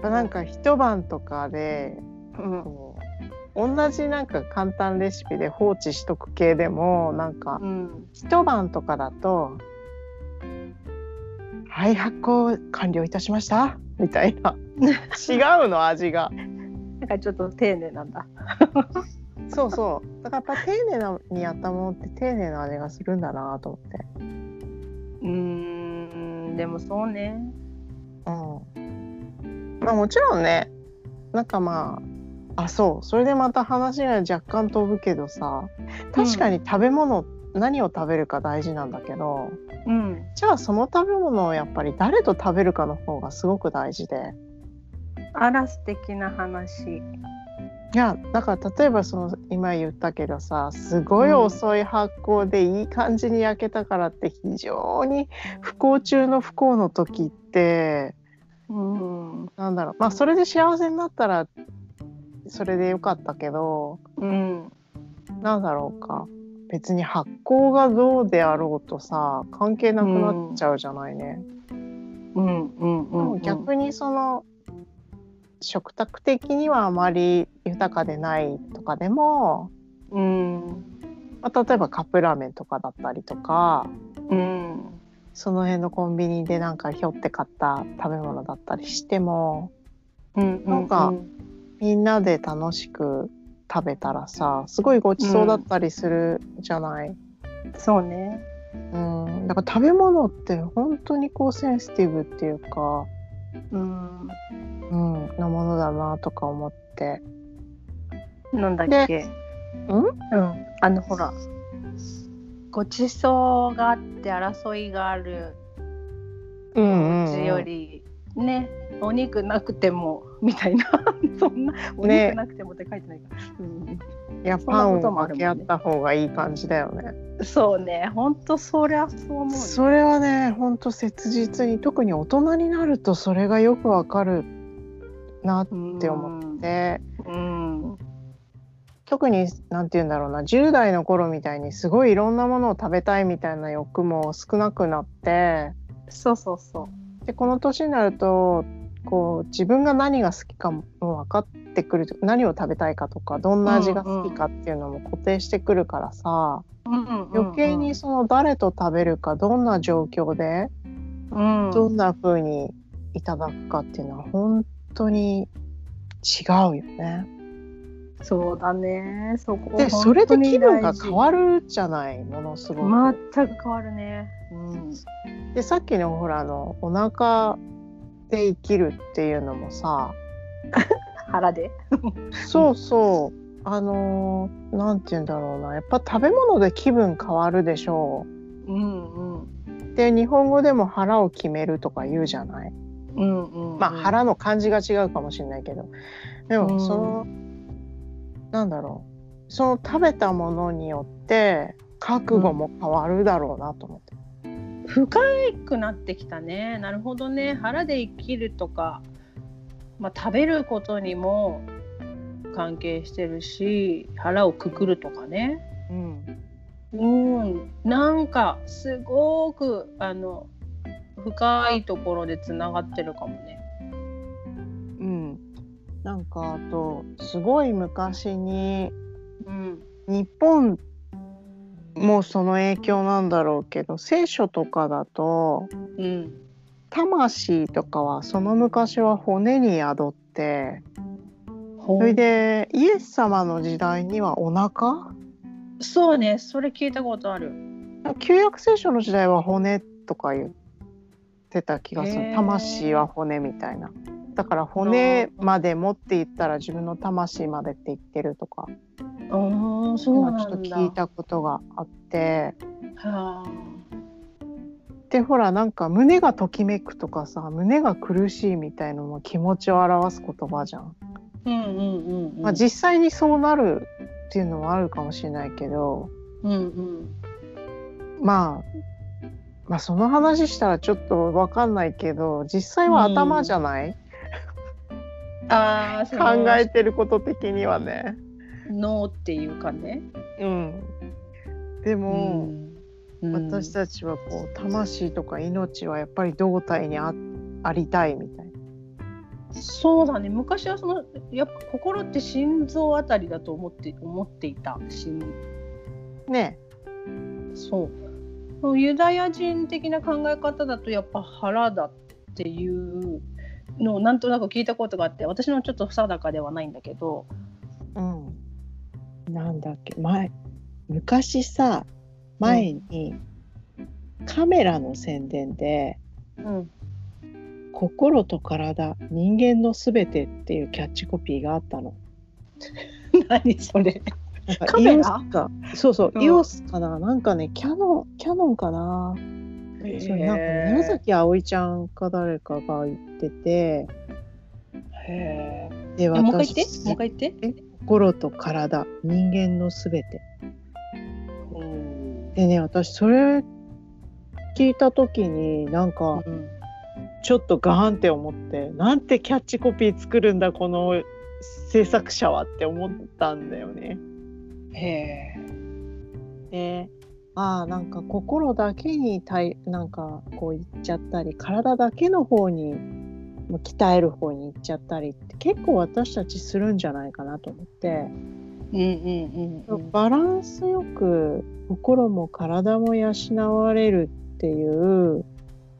なんか一晩とかで
うん。
こう同じなんか簡単レシピで放置しとく系でもなんか
うん。
一晩とかだと「はい発酵完了いたしました」みたい な違うの味が
なんかちょっと丁寧なんだ。
そうそうだからやっぱ丁寧なにやったものって丁寧な味がするんだなと思って
うん。でもそうね。
うんまあもちろんねなんかまああそうそれでまた話が若干飛ぶけどさ確かに食べ物、何を食べるか大事なんだけど
うん。
じゃあその食べ物をやっぱり誰と食べるかの方がすごく大事で。
あら素敵な話。
いやだから例えばその今言ったけどさすごい遅い発酵でいい感じに焼けたからって非常に不幸中の不幸の時って
うん。
なんだろうまあそれで幸せになったらそれでよかったけど
うん。
なんだろうか別に発酵がどうであろうとさ関係なくなっちゃうじゃないね。
うんうんう
で
んう
も
ん。
逆にその食卓的にはあまり豊かでないとかでも、
うん
まあ、例えばカップラーメンとかだったりとか
うん
その辺のコンビニでなんかひょって買った食べ物だったりしても
うん
なんかみんなで楽しく食べたらさすごいごちそうだったりするじゃない。
そうね。
うん、だから食べ物って本当にこうセンシティブっていうか、
うん。
うん、なものだなとか思って
なんだっけ。
うん
うん。あのほら。ごちそうがあって争いがある
うん
うちより、ねお肉なくてもみたいな そんなお
ね
肉なくてもって書いてないから、
いや
そん
パ
な
ン
こ
を
ともあ
分
るもんね
け合った方がいい感じだよね。
うん、そうねほんとそりゃそう思うね
それはね本当切実に特に大人になるとそれがよくわかるなっ
うん
て思って、
うん
特に何て言うんだろうな10代の頃みたいにすごいいろんなものを食べたいみたいな欲も少なくなって。
そうそうそ
でこの年になるとこう自分が何が好きかも分かってくる何を食べたいかとかどんな味が好きかっていうのも固定してくるからさ、
う、うんうんうん
余計にその誰と食べるかどんな状況で
うん
どんな風にいただくかっていうのは本当に違うよね。
そうだねそこ
でそれで気分が変
る
わるじゃないものすごく。
全く変わるねうん
でさっきのほらあのお腹で生きるっていうのもさ、
腹で
そうそう。あのーなんて言うんだろうな。やっぱ食べ物で気分変わるでしょ
うんうん
う。で、日本語でも腹を決めるとか言うじゃない。
うんうんうん
まあ、腹の漢字が違うかもしれないけど。で
う
も、
ん
その、なんだろう。その食べたものによって、覚悟も変わるだろうなと思って。
深くなってきたねなるほどね腹で生きるとか、まあ、食べることにも関係してるし腹をくくるとかね
うん。
うんなんかすごくあの深いところでつながってるかもね。
うん。なんか、あと、すごい昔に、
うん、
日本もその影響なんだろうけど聖書とかだと
うん、
魂とかはその昔は骨に宿って
ほ
それでイエス様の時代にはお腹
そうねそれ聞いたことある。
旧約聖書の時代は骨とか言ってた気がす
へ
る
ー
魂は骨みたいなだから骨まで持っていったら自分の魂までって言ってるとか
ああそう
今
な
ちょっ
ん
と
だ。
聞いたことがあって。
はあ
でほらなんか胸がときめくとかさ胸が苦しいみたいのも気持ちを表す言葉じゃん、
うんうんうんうん。
まあ、実際にそうなるっていうのはあるかもしれないけど、
うんうん。
まあ、まあその話したらちょっとわかんないけど実際は頭じゃない、
ああそ
考
の
えてること的にはね。
脳っていうかね。
うん、で
う
も、
んうん
私たちはこう魂とか命はやっぱり胴体にあありたいみたいな。
そうだね昔はそのやっぱ心って心臓あたりだと思って思っていた心
ね
そうユダヤ人的な考え方だとやっぱ腹だっていうのをなんとなく聞いたことがあって私のちょっと定かではないんだけど
うん、なんだっけ前昔さ前にカメラの宣伝で
うん
「心と体人間のすべて」っていうキャッチコピーがあったの。
何それ
なんか
カメラ
イオスかそうそう、
うん
イオスかななんかねキャノンキャノンかな、そうなんか宮崎あおいちゃんか誰かが言ってて
へー
で
えもう一回言って
私
もう一回言って
心と体人間のすべて
うん
でね私それ聞いた時になんかちょっとガーンって思ってなんてキャッチコピー作るんだこの制作者はって思ったんだよね。
へえ
でああなんか心だけにたいなんかこういっちゃったり体だけの方にもう鍛える方に行っちゃったりって結構私たちするんじゃないかなと思って、
うんうんうんうん
バランスよく心も体も養われるっていう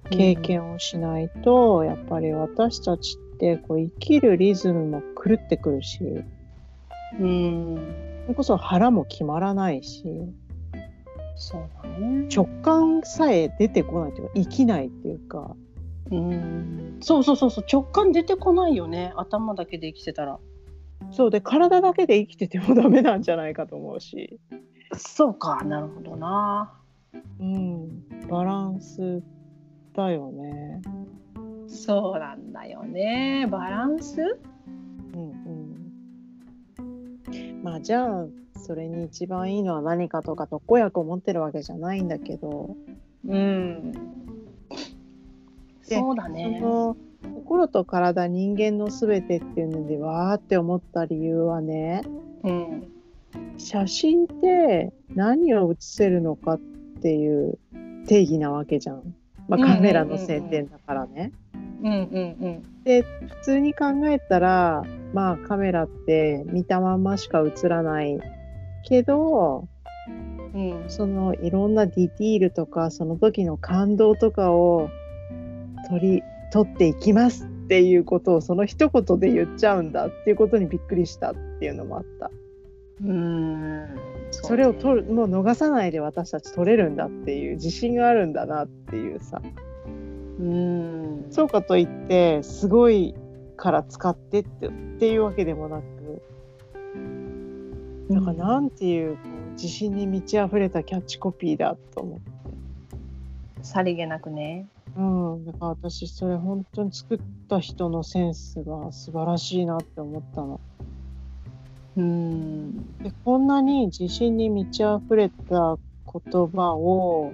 経験をしないと、やっぱり私たちってこう生きるリズムも狂ってくるし
うん
それこそ腹も決まらないし。
そうだね
直感さえ出てこないというか生きないっていうか
うんそうそうそうそう直感出てこないよね頭だけで生きてたら
そうで体だけで生きててもダメなんじゃないかと思うし、
そうかなるほどな
うん、バランスだよね、
そうなんだよねバランス
うんうん、まあじゃあそれに一番いいのは何かとか特効薬を持ってるわけじゃないんだけど、
うん
で
そうだね
その心と体人間の全てっていうのでわーって思った理由はね
うん
写真って何を写せるのかっていう定義なわけじゃん、まあ、カメラの宣伝だからね。
うんうん
普通に考えたらまあカメラって見たまんましか映らないけど
うんうん
そのいろんなディティールとかその時の感動とかを取り取っていきますっていうことをその一言で言っちゃうんだっていうことにびっくりしたっていうのもあった。
うんそう
それを
ね
取るもう逃さないで私たち取れるんだっていう自信があるんだなっていうさ
うん
そうかといってすごいから使ってってっていうわけでもなくなんかなんていうこう自信に満ち溢れたキャッチコピーだと思
さりげなくね
う、うん、だから私それ本当に作った人のセンスが素晴らしいなって思ったの。
うん
でこんなに自信に満ち溢れた言葉を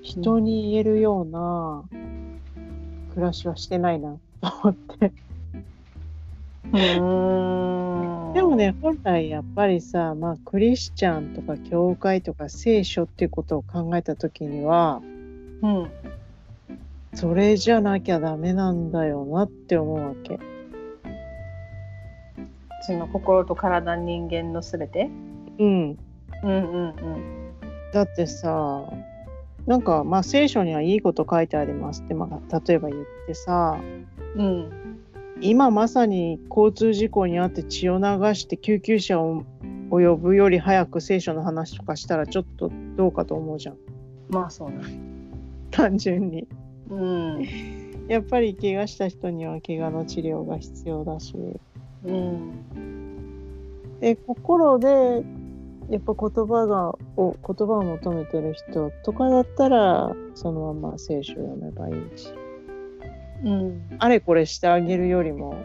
人に言えるような暮らしはしてないなと思って。で
で
もね本来やっぱりさ、まあ、クリスチャンとか教会とか聖書っていうことを考えた時には
うん、
それじゃなきゃダメなんだよなって思うわけ。
その心と体人間のすべて
うん、
うんうん
だってさなんかまあ聖書にはいいこと書いてありますって、まあ、例えば言ってさ
うんうん
今まさに交通事故に遭って血を流して救急車を呼ぶより早く聖書の話とかしたらちょっとどうかと思うじゃん
まあそうな
単純に
うん
やっぱり怪我した人には怪我の治療が必要だし
うん
で心でやっぱ言葉がを言葉を求めてる人とかだったらそのまま聖書を読めばいいし
うん
あれこれしてあげるよりも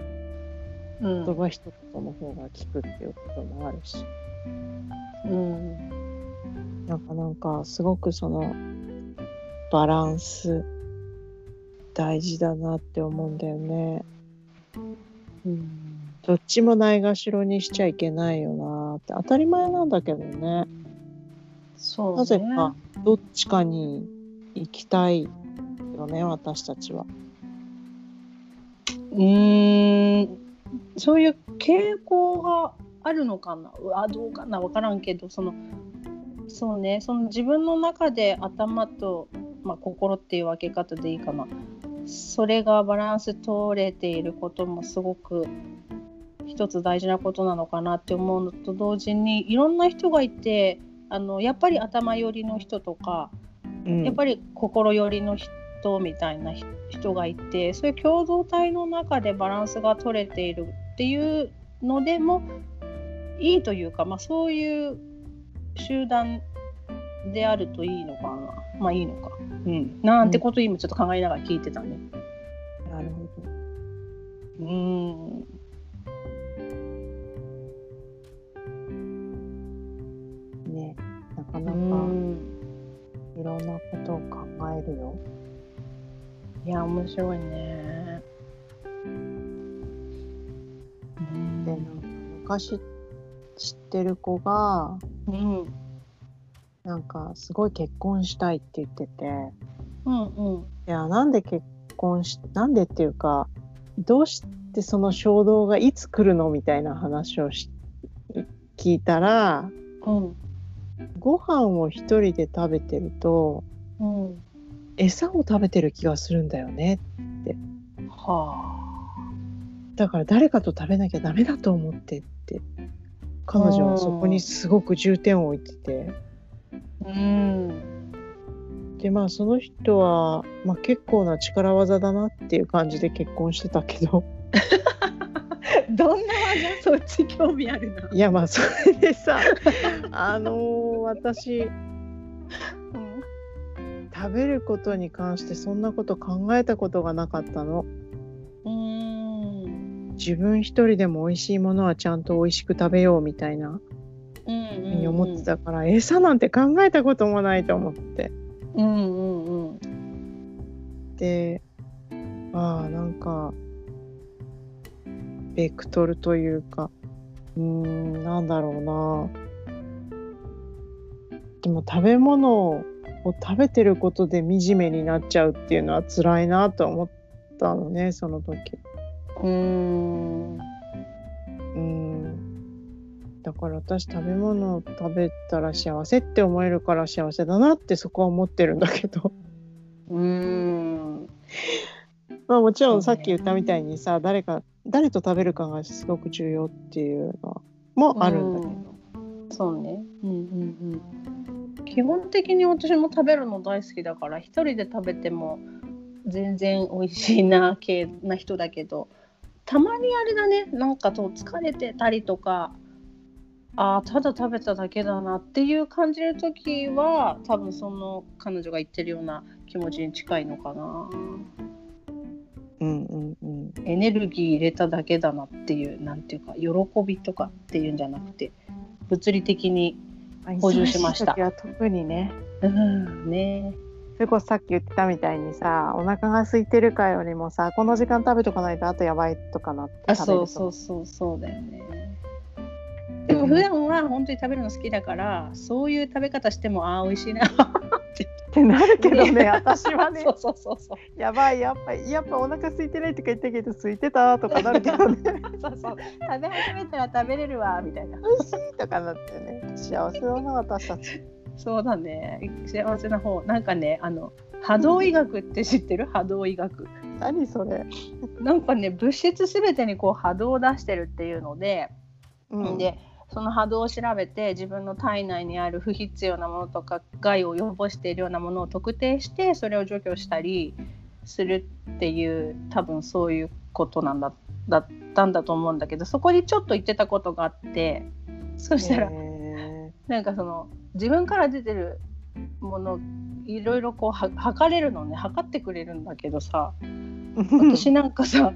う
言
ん
葉一言の方が効くっていうこともあるし
うん
なんかなんかすごくそのバランス大事だなって思うんだよね
うん
どっちもないがしろにしちゃいけないよなって当たり前なんだけどね
そうね
なぜかどっちかに行きたいよね私たちは
うーんそういう傾向があるのかなうわどうかな分からんけどそのそうねその自分の中で頭と、まあ、心っていう分け方でいいかなそれがバランス取れていることもすごく一つ大事なことなのかなって思うのと同時にいろんな人がいてあのやっぱり頭寄りの人とかやっぱり心寄りの人みたいな人人がいてそういう共同体の中でバランスが取れているっていうのでもいいというか、まあ、そういう集団であるといいのかなまあいいのか、うん、なんてことを今ちょっと考えながら聞いてたね。
りなるほど
うん
ねなか
う
なか
ん
いろんなことを考えるよ、
いや面白いね。
でなんか昔知ってる子が
うん、
なんかすごい結婚したいって言ってて
うんうん
いやなんで結婚しなんでっていうかどうしてその衝動がいつ来るのみたいな話をし聞いたら
うん
ご飯を一人で食べてると
うん
餌を食べてる気がするんだよね
は
だから誰かと食べなきゃダメだと思ってって彼女はそこにすごく重点を置いてて
あうん
でまあその人は、まあ、結構な力技だなっていう感じで結婚してたけど
どんな技そっち興味あるない
やまあそれでさあのー私
うん
食べることに関してそんなこと考えたことがなかったの
うん
自分一人でも美味しいものはちゃんと美味しく食べようみたいな
うん
ふ
う
うんに思ってたから、餌なんて考えたこともないと思って
うんうんうん
でああなんかベクトルというかうーんなんだろうなでも食べ物を食べてることで惨めになっちゃうっていうのは辛いなと思ったのねその時
うん
うんだから私食べ物を食べたら幸せって思えるから幸せだなってそこは思ってるんだけど
うん
まあもちろんさっき言ったみたいにさ、誰か誰と食べるかがすごく重要っていうのはもあるんだけど、
そうねうんうんうん基本的に私も食べるの大好きだから一人で食べても全然美味しいな 系な人だけどたまにあれだねなんかと疲れてたりとかあーただ食べただけだなっていう感じる時は多分その彼女が言ってるような気持ちに近いのかな
うんうんうん、
エネルギー入れただけだなっていうなんていうか喜びとかっていうんじゃなくて物理的に補充しまし
忙
た
い時は特にね
うんね
それこそさっき言ってたみたいにさお腹が空いてるかよりもさこの時間食べとかないとあとやばいとかなって
あ
食べる
そ
と
うそうそうそうだよねでも普段は本当に食べるの好きだからそういう食べ方してもああ美味しいな
ってなるけどね
ね
私はね
そうそうそうそう
やばいやっぱやっぱお腹空いてないとか言ったけど空いてたとかなるけど ね
そうそう食べ始めたら食べれるわみたいな
美味しいとかなってね幸せだな私たち
そうだね幸せな方なんかねあの波動医学って知ってる波動医学
何それ、
なんかね物質すべてにこう波動を出してるっていうので、
うん、
でその波動を調べて自分の体内にある不必要なものとか害を及ぼしているようなものを特定してそれを除去したりするっていう多分そういうことなんだだったんだと思うんだけどそこにちょっと言ってたことがあってそした
へ
ら
ー
なんかその自分から出てるものいろいろこうは測れるのね測ってくれるんだけどさ、私なんかさ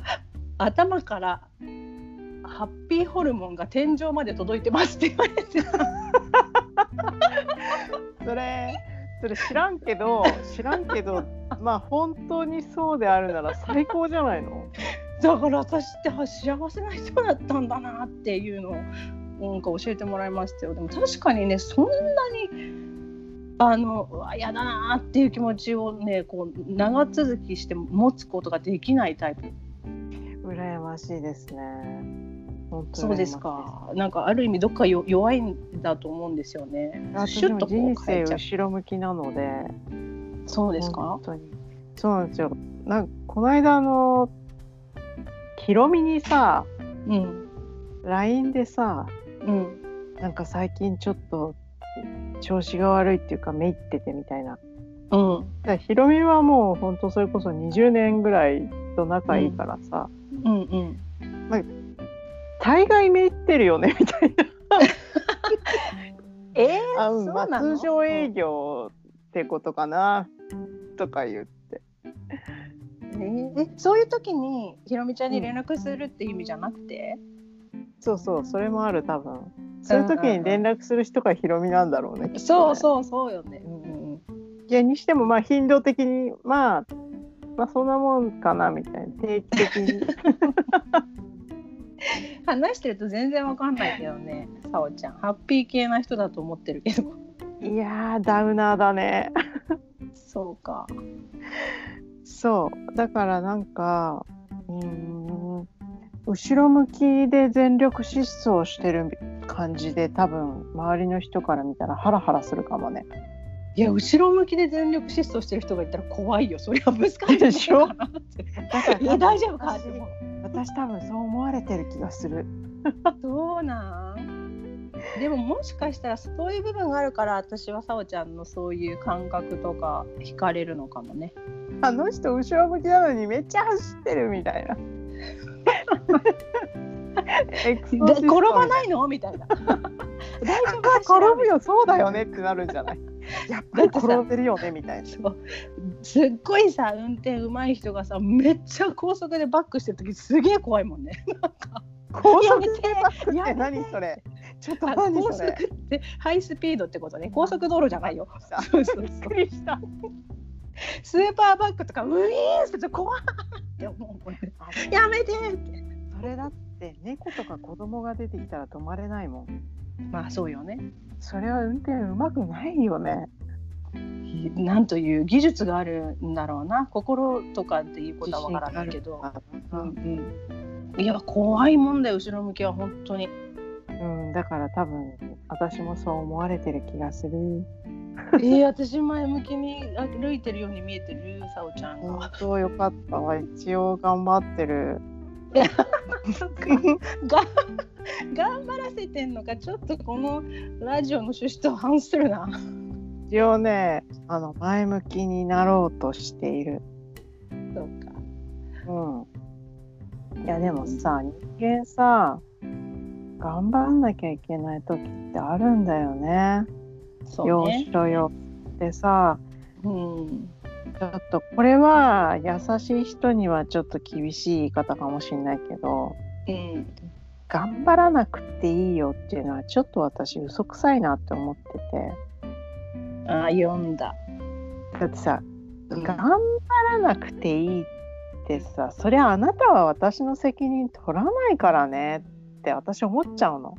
頭からハッピーホルモンが天井まで届いてますって言わ れて
それそれ知らんけど 知らんけどまあ本当にそうであるなら最高じゃないの
だから私っては幸せな人だったんだなっていうのをなんか教えてもらいましたよでも確かにねそんなにあのうわ嫌だなっていう気持ちをねこう長続きして持つことができないタイプ
羨ましいですね本当に
そうですかなんかある意味どっかよ弱いんだと思うんですよね
私
シュッ
も
とこ
人
う変
生
えちゃう
後ろ向きなので
そうですか
本当にそうなんですよなんかこの間あのヒロミにさ
うん、
LINE でさ
うん
なんか最近ちょっと調子が悪いっていうかめいっててみたいな
うん
だからヒロミはもう本当それこそ20年ぐらいと仲いいからさ、
うんうん
大概めいってるよねみたいな
えー、
あうん
そう
ま
な
あ
の
通常営業ってことかな、とか言って
えそういう時にひろみちゃんに連絡するって意味じゃなくて、
そうそうそれもある多分そういう時に連絡する人がヒロミなんだろうね,、
そうそうそうよねうんうんうん
ういやにしてもまあ頻度的にまあまあそんなもんかなみたいな定期的に
話してると全然わかんないけどねさおちゃんハッピー系な人だと思ってるけど
いやーダウナーだね
そうか。
そうだからなんかうーん後ろ向きで全力疾走してる感じで多分周りの人から見たらハラハラするかもね
いや後ろ向きで全力疾走してる人がいたら怖いよ。それはぶつかる
でしょ
かなって
だか ら
いや大丈夫かでも
私多分そう思われてる気がする
どうなんでももしかしたらそういう部分があるから私はさおちゃんのそういう感覚とか惹かれるのかもね。
あの人後ろ向きなのにめっちゃ走ってるみた いな
で
エクソシストみたい
転ばないのみたいな。大丈夫かしら
転ぶよそうだよねってなるんじゃない やっぱり転べるよねみたいな
そうすっごいさ運転うまい人がさめっちゃ高速でバックしてる時すげえ怖いもん ね。
高速でバック
や
っ
め
て
て
何それちょっと
あ
何
高
そ
速
れ
ってハイスピードってことね高速道路じゃないよ。
さ
そうそうそう
びっくりした
スーパーバックとかウィーンって怖いって思うもんね。
あの
やめてって。
それだって猫とか子供が出てきたら止まれないもん
まあそうよね。
それは運転うまくないよね
なんという技術があるんだろうな心とかっていうことはわからないけど、うんうん、いや怖いもんだよ後ろ向きは本当に
うん、だから多分私もそう思われてる気がする。
えー、私前向きに歩いてるように見えてるさおちゃんが
本当よかったわ。一応頑張ってる。
が頑張らせてんのかちょっとこのラジオの趣旨と反するな
一応ね、あの前向きになろうとしている。
そうか
うん。いやでもさ、人間さ、頑張んなきゃいけない時ってあるんだよね。
そう
よ
ね
しろよってさ、
うん
ちょっとこれは優しい人にはちょっと厳しい言い方かもしれないけど。
うん
頑張らなくていいよっていうのはちょっと私嘘くさいなって思って
あー読んだ
てだってさ、
うん
頑張らなくていいってさそりゃあなたは私の責任取らないからねって私思っちゃうの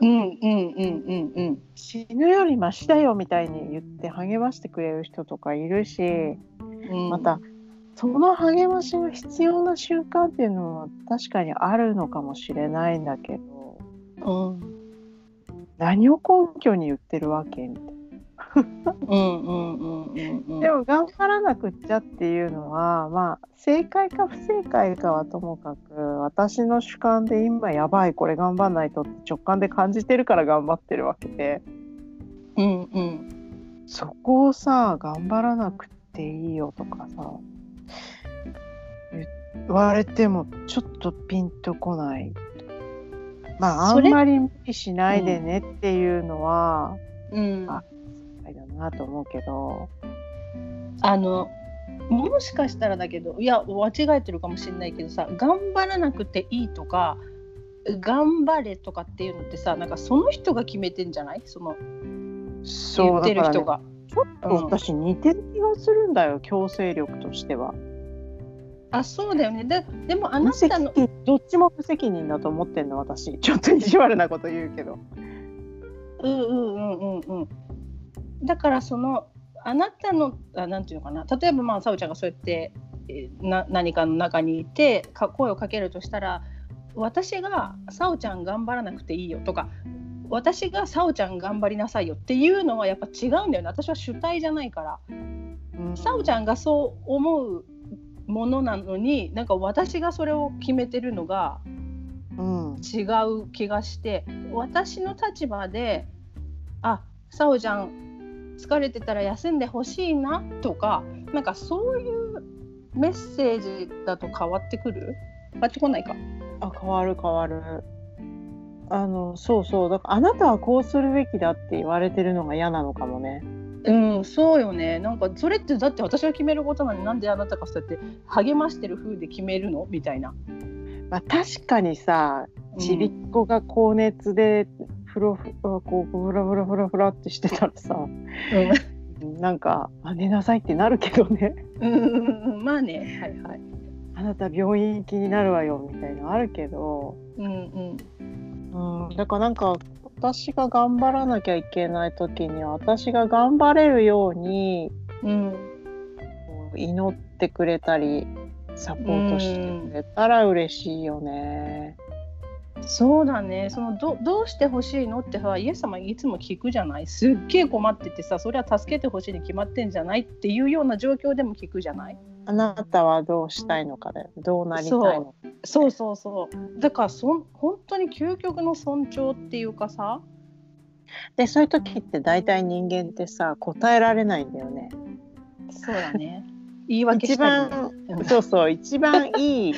うんうんうんうんうん
死ぬよりマシだよみたいに言って励ましてくれる人とかいるし
うん
またその励ましが必要な瞬間っていうのは確かにあるのかもしれないんだけど
うん
何を根拠に言ってるわけみたいな。
うんうんうんうんうん
でも頑張らなくっちゃっていうのは、まあ、正解か不正解かはともかく私の主観で今やばいこれ頑張んないとって直感で感じてるから頑張ってるわけで
うんうん
そこをさ頑張らなくっていいよとかさ言われてもちょっとピンとこない。まあ、あ
そ
ん
れ
まり無理しないでねっていうのは、
うん
ああれだなと思うけど、
あのもしかしたらだけどいや間違えてるかもしれないけどさ頑張らなくていいとか頑張れとかっていうのってさなんかその人が決めてんじゃないその言
そう
ってる
だからね
人が。
ちょっと私似てる気がするんだよ、強制力としては。
あそうだよねででもあ
無
な
責
たの
任どっちも無責任だと思ってんの私 ちょっと意地悪なこと言うけど
うんうんうんうんうんだからそのあなたのあなんていうのかな例えばまあさおちゃんがそうやってえーな何かの中にいてか声をかけるとしたら私が「さおちゃん頑張らなくていいよ」とか「私がさおちゃん頑張りなさいよ」っていうのはやっぱ違うんだよね私は主体じゃないから。さおちゃんがそう思うものなのになんか私がそれを決めてるのが
うん
違う気がして私の立場で「あさおちゃん疲れてたら休んでほしいな」とかなんかそういうメッセージだと変わってくる変わってこないか。
あ変わる変わるあのそうそうだからあなたはこうするべきだって言われてるのが嫌なのかもね
うんそうよねなんかそれってだって私が決めることなのになんであなたがそうやって励ましてる風で決めるのみたいな。
まあ確かにさ
うん
ちびっこが高熱でふろふろこうふらふらふらふらってしてたらさなんかあ寝なさいってなるけどね
うんうんうんうんまあねはいはい。
あなた病院行きになるわよみたいなのあるけど、
うんうん
うん、だからなんか私が頑張らなきゃいけない時に私が頑張れるように
うん
こう祈ってくれたりサポートしてくれたら嬉しいよね。
そうだねそのどどうしてほしいのってさイエス様いつも聞くじゃないすっげえ困っててさそれは助けてほしいに決まってんじゃないっていうような状況でも聞くじゃない
あなたはどうしたいのかだよどうなりたいのか
そうそうそうだからそん本当に究極の尊重っていうかさ
でそういう時って大体人間ってさ答えられないんだよね。
そうだね 言い訳し
一
たりね
番そうそう一番い い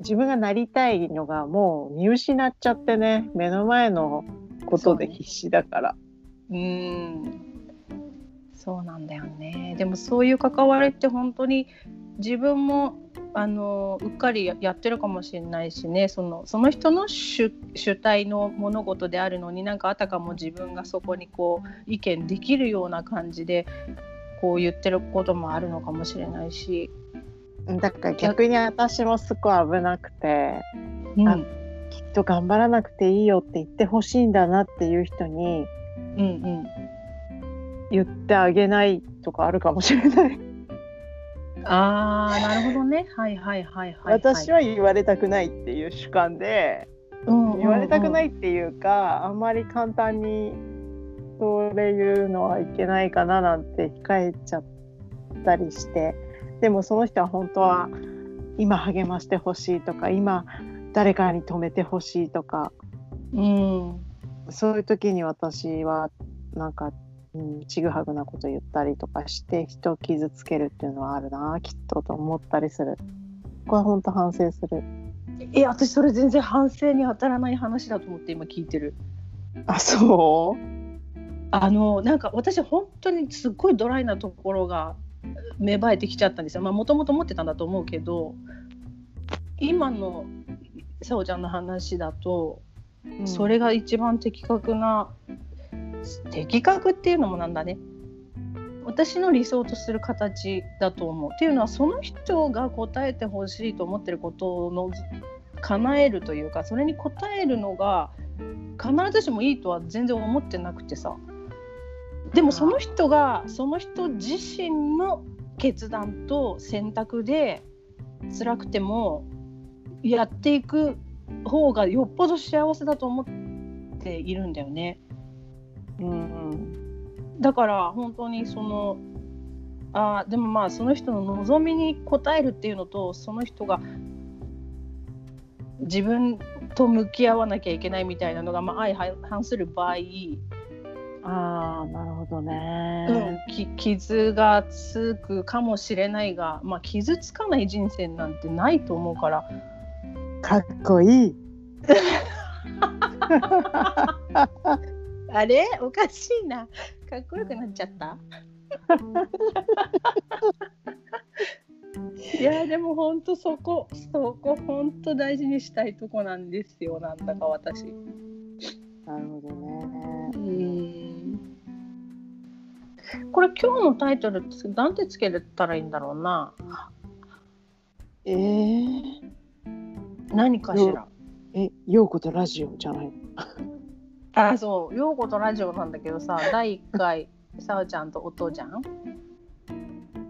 自分がなりたいのがもう見失っちゃってね目の前のことで必死だから。
うーんそうなんだよねでもそういう関わりって本当に自分もあのうっかりややってるかもしれないしねそのその人の主主体の物事であるのになんかあたかも自分がそこにこう意見できるような感じでこう言ってることもあるのかもしれないし、
だから逆に私もすごい危なくて
うん
あきっと頑張らなくていいよって言ってほしいんだなっていう人に
うんうん、
言ってあげないとかあるかもしれない、
ああなるほどねはいはいはいはい、
私
は、
は言われたくないっていう主観で言われたくないいっていうかあんまり簡単にそれ言うのはいけないかななんて控えちゃったりしてでもその人は本当は今励ましてほしいとか今誰かに止めてほしいとか
うん
そういう時に私はなんか、うん、ちぐはぐなこと言ったりとかして人を傷つけるっていうのはあるなきっとと思ったりする。ここは本当反省する。
え私それ全然反省に当たらない話だと思って今聞いてる
あそう
あのなんか私本当にすっごいドライなところが芽生えてきちゃったんですよまあもともと持ってたんだと思うけど今のさおちゃんの話だと、それが一番的確な的確っていうのもなんだね私の理想とする形だと思うっていうのはその人が答えてほしいと思ってることの叶えるというかそれに応えるのが必ずしもいいとは全然思ってなくてさでもその人がその人自身の決断と選択で辛くてもやっていく方がよっぽど幸せだと思っているんだよね。
うんうん
だから本当にそのあーでもまあその人の望みに応えるっていうのとその人が自分と向き合わなきゃいけないみたいなのが、まあ、相反する場合、
ああなるほど
うん
ね。、
き傷がつくかもしれないが、まあ、傷つかない人生なんてないと思うから
かっこいい。
あれおかしいな。かっこよくなっちゃった。 いやでも本当そこそこ本当大事にしたいとこなんですよなんだか私。
なるほどね。
ん。これ今日のタイトルなんてつけれたらいいんだろうな。
えー、
何かしら。
えようことラジオじゃない。
あそう陽子とラジオなんだけどさ第1回さおちゃんとお父ちゃん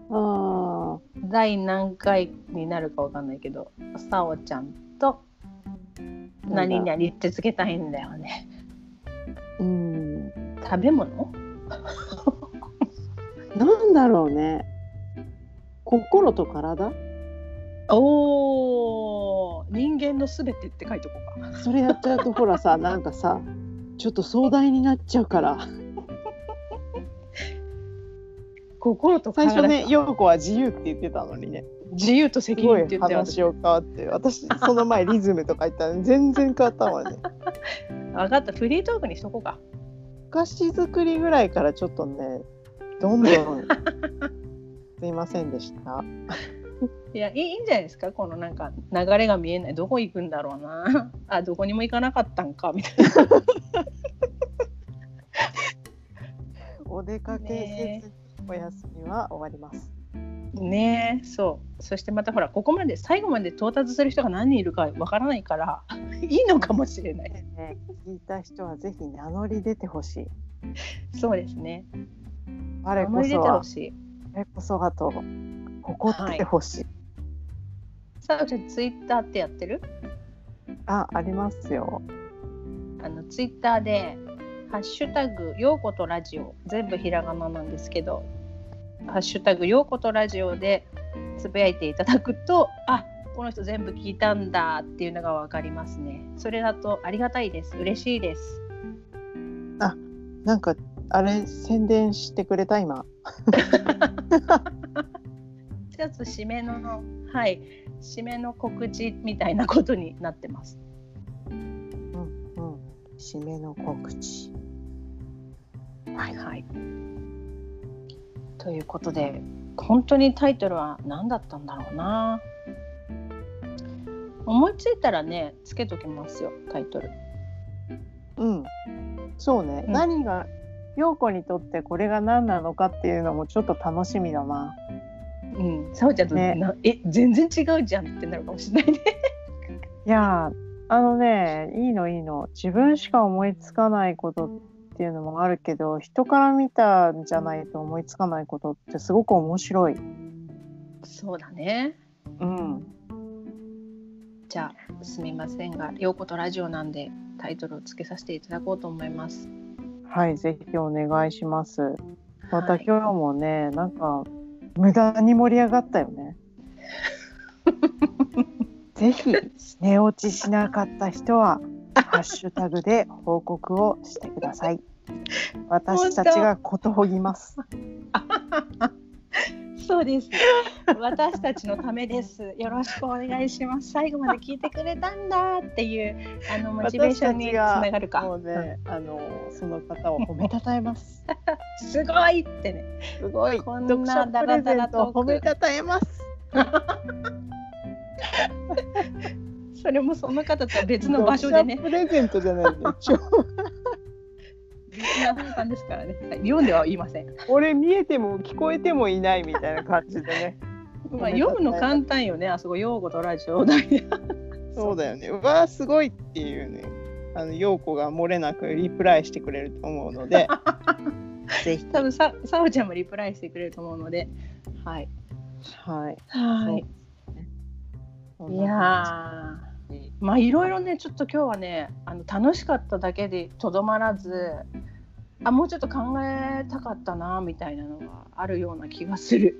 ああ
第何回になるかわかんないけどさおちゃんと何々ってつけたいんだよね
うん。
食べ物
なんだろうね。心と体？
おー人間のすべてって書いとこうか
それやっちゃうとほら さなんかさちょっと壮大になっちゃうから
心と
最
体
初ね陽子は自由って言ってたのにね
自由と責
すご
任っ
い
て言ってよ
話を変わって 私その前リズムとか言ったのに全然変わったわね
分かったフリートークにしとこうか
お菓子作りぐらいからちょっとねどんどんすいませんでした
いやいいいいんじゃないですかこのなんか流れが見えないどこ行くんだろうな あどこにも行かなかったんかみたいな
お出かけせずお休みは終わります
ねえそうそしてまたほらここまで最後まで到達する人が何人いるかわからないからいいのかもしれない
ね聞いた人はぜひ名乗り出てほしい。
そうですね
あ
名
れ
乗
こ
り出て
そ
ほ
は、
しい
あれこそはと誇ってほしい。
さあじゃあツイッターってやってる
あ、ありますよ。
あのツイッターで「ハッシュタグようことラジオ」全部ひらがななんですけど「ハッシュタグようことラジオ」でつぶやいていただくとあこの人全部聞いたんだっていうのが分かりますねそれだとありがたいです嬉しいです
なんかあれ宣伝してくれた今。
じゃあ締めのはい締めの告知みたいなことになってます
うん。締めの告知。
はい、はい、ということで本当にタイトルは何だったんだろうな思いついたらねつけときますよタイトル
うん。そうね。
うん
何が陽子にとってこれが何なのかっていうのもちょっと楽しみだな。
うんさおちゃんと、
ね
なえ全然違うじゃんってなるかもしれないね
いやーあのねいいのいいの自分しか思いつかないことっていうのもあるけど人から見たんじゃないと思いつかないことってすごく面白い。
そうだね
うん、
じゃあすみませんが「ようことラジオ」なんでタイトルをつけさせていただこうと思います
はいぜひお願いします。また
はい
今日もね、なんか無駄に盛り上がったよ ね。ぜひ寝落ちしなかった人は「ハッシュタグ」で報告をしてください。私たちがことほぎます。
そうです。私たちのためです。よろしくお願いします。最後まで聞いてくれたんだっていうあのモチベーションにつながるか。
もうね、あのその方を褒めたたえます。
すごいってね。
すごい。
こんな
読者プレゼントを褒めたたえます。
それもその方とは別の場所でね。
読者プレゼントじゃない んだよ。ちょ
リスナーさんですからね。はい読んでは言いません。
俺見えても聞こえてもいないみたいな感じでね。
まあ読むの簡単よね。あそこ用語とラジオだけ。
そうだよね。うわあすごいっていうね。あの陽子が漏れなくリプライしてくれると思うので、 ぜひ。
多分ささおちゃんもリプライしてくれると思うので。はい。
はい。
はい。いやー。まあいろいろねちょっと今日はねあの楽しかっただけでとどまらずあもうちょっと考えたかったなみたいなのがあるような気がする。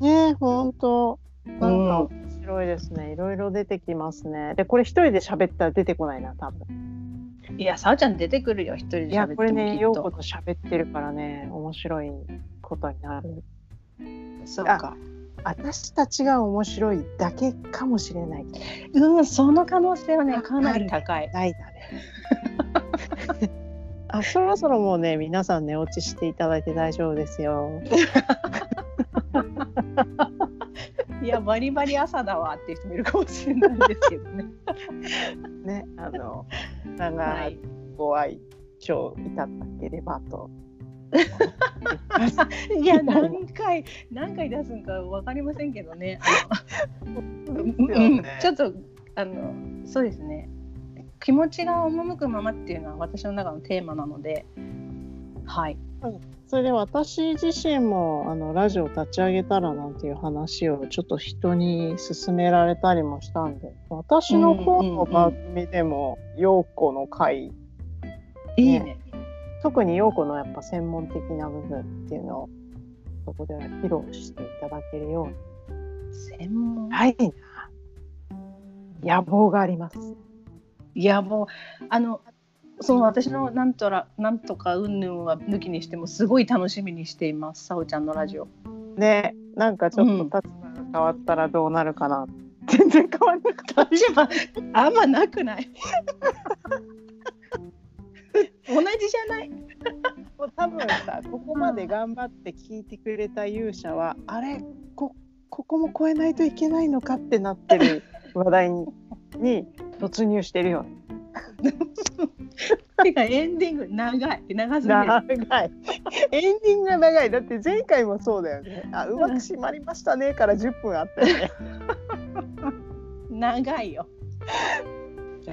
ね本当 な
うん
んか面白いですね、いろいろ出てきますねでこれ一人で喋ったら出てこないな多分
いやさあちゃん出てくるよ一人で
い
喋
や
ってもきっと
これねよう子と喋ってるからね面白いことになる
そうか
私たちが面白いだけかもしれない
うんその可能性はねかなり高い。
ないだね あそろそろもうね皆さん寝落ちしていただいて大丈夫ですよ
いやバリバリ朝だわっていう人もいるかもしれないですけど ね。
ねあの
は
長
い、
ご愛聴いただければと
いや何回何回出すんかわかりませんけどね。あのうんちょっとあのそうですね気持ちが赴くままっていうのは私の中のテーマなのではい
それで私自身もあのラジオ立ち上げたらなんていう話をちょっと人に勧められたりもしたんで私の方の番組でも陽子の回
いいね
特に陽子のやっぱ専門的な部分っていうのをそこでは披露していただけるように
専門
はいな野望があります。
いやもうあのその私のなんとらなんとかうんぬんは抜きにしてもすごい楽しみにしていますさおちゃんのラジオ
ねなんかちょっと立場が変わったらどうなるかな、全然変わらなかった。
立場あんまなくない 同じじゃない
もう多分さここまで頑張って聞いてくれた勇者は、あれこここも超 えないといけないのかってなってる話題にに突入してるよね。
てか エンディング長い長すぎる
長いエンディングが長いだって前回もそうだよねあうまく締まりましたねから10分あったよね
長いよ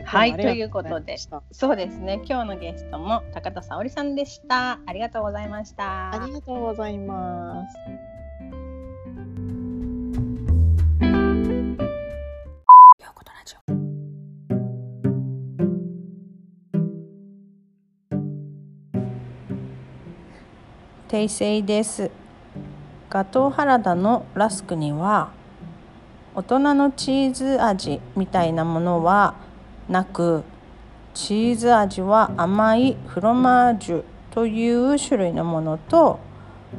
はいということで
じゃあ
そうですね今日のゲストも高田沙織さんでしたありがとうございました
ありがとうございます
訂正ですガトーハラダのラスクには大人のチーズ味みたいなものはなくチーズ味は甘いフロマージュという種類のものと、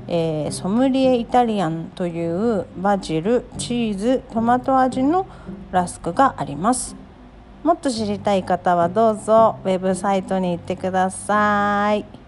えーソムリエイタリアンというバジルチーズトマト味のラスクがありますもっと知りたい方はどうぞウェブサイトに行ってください。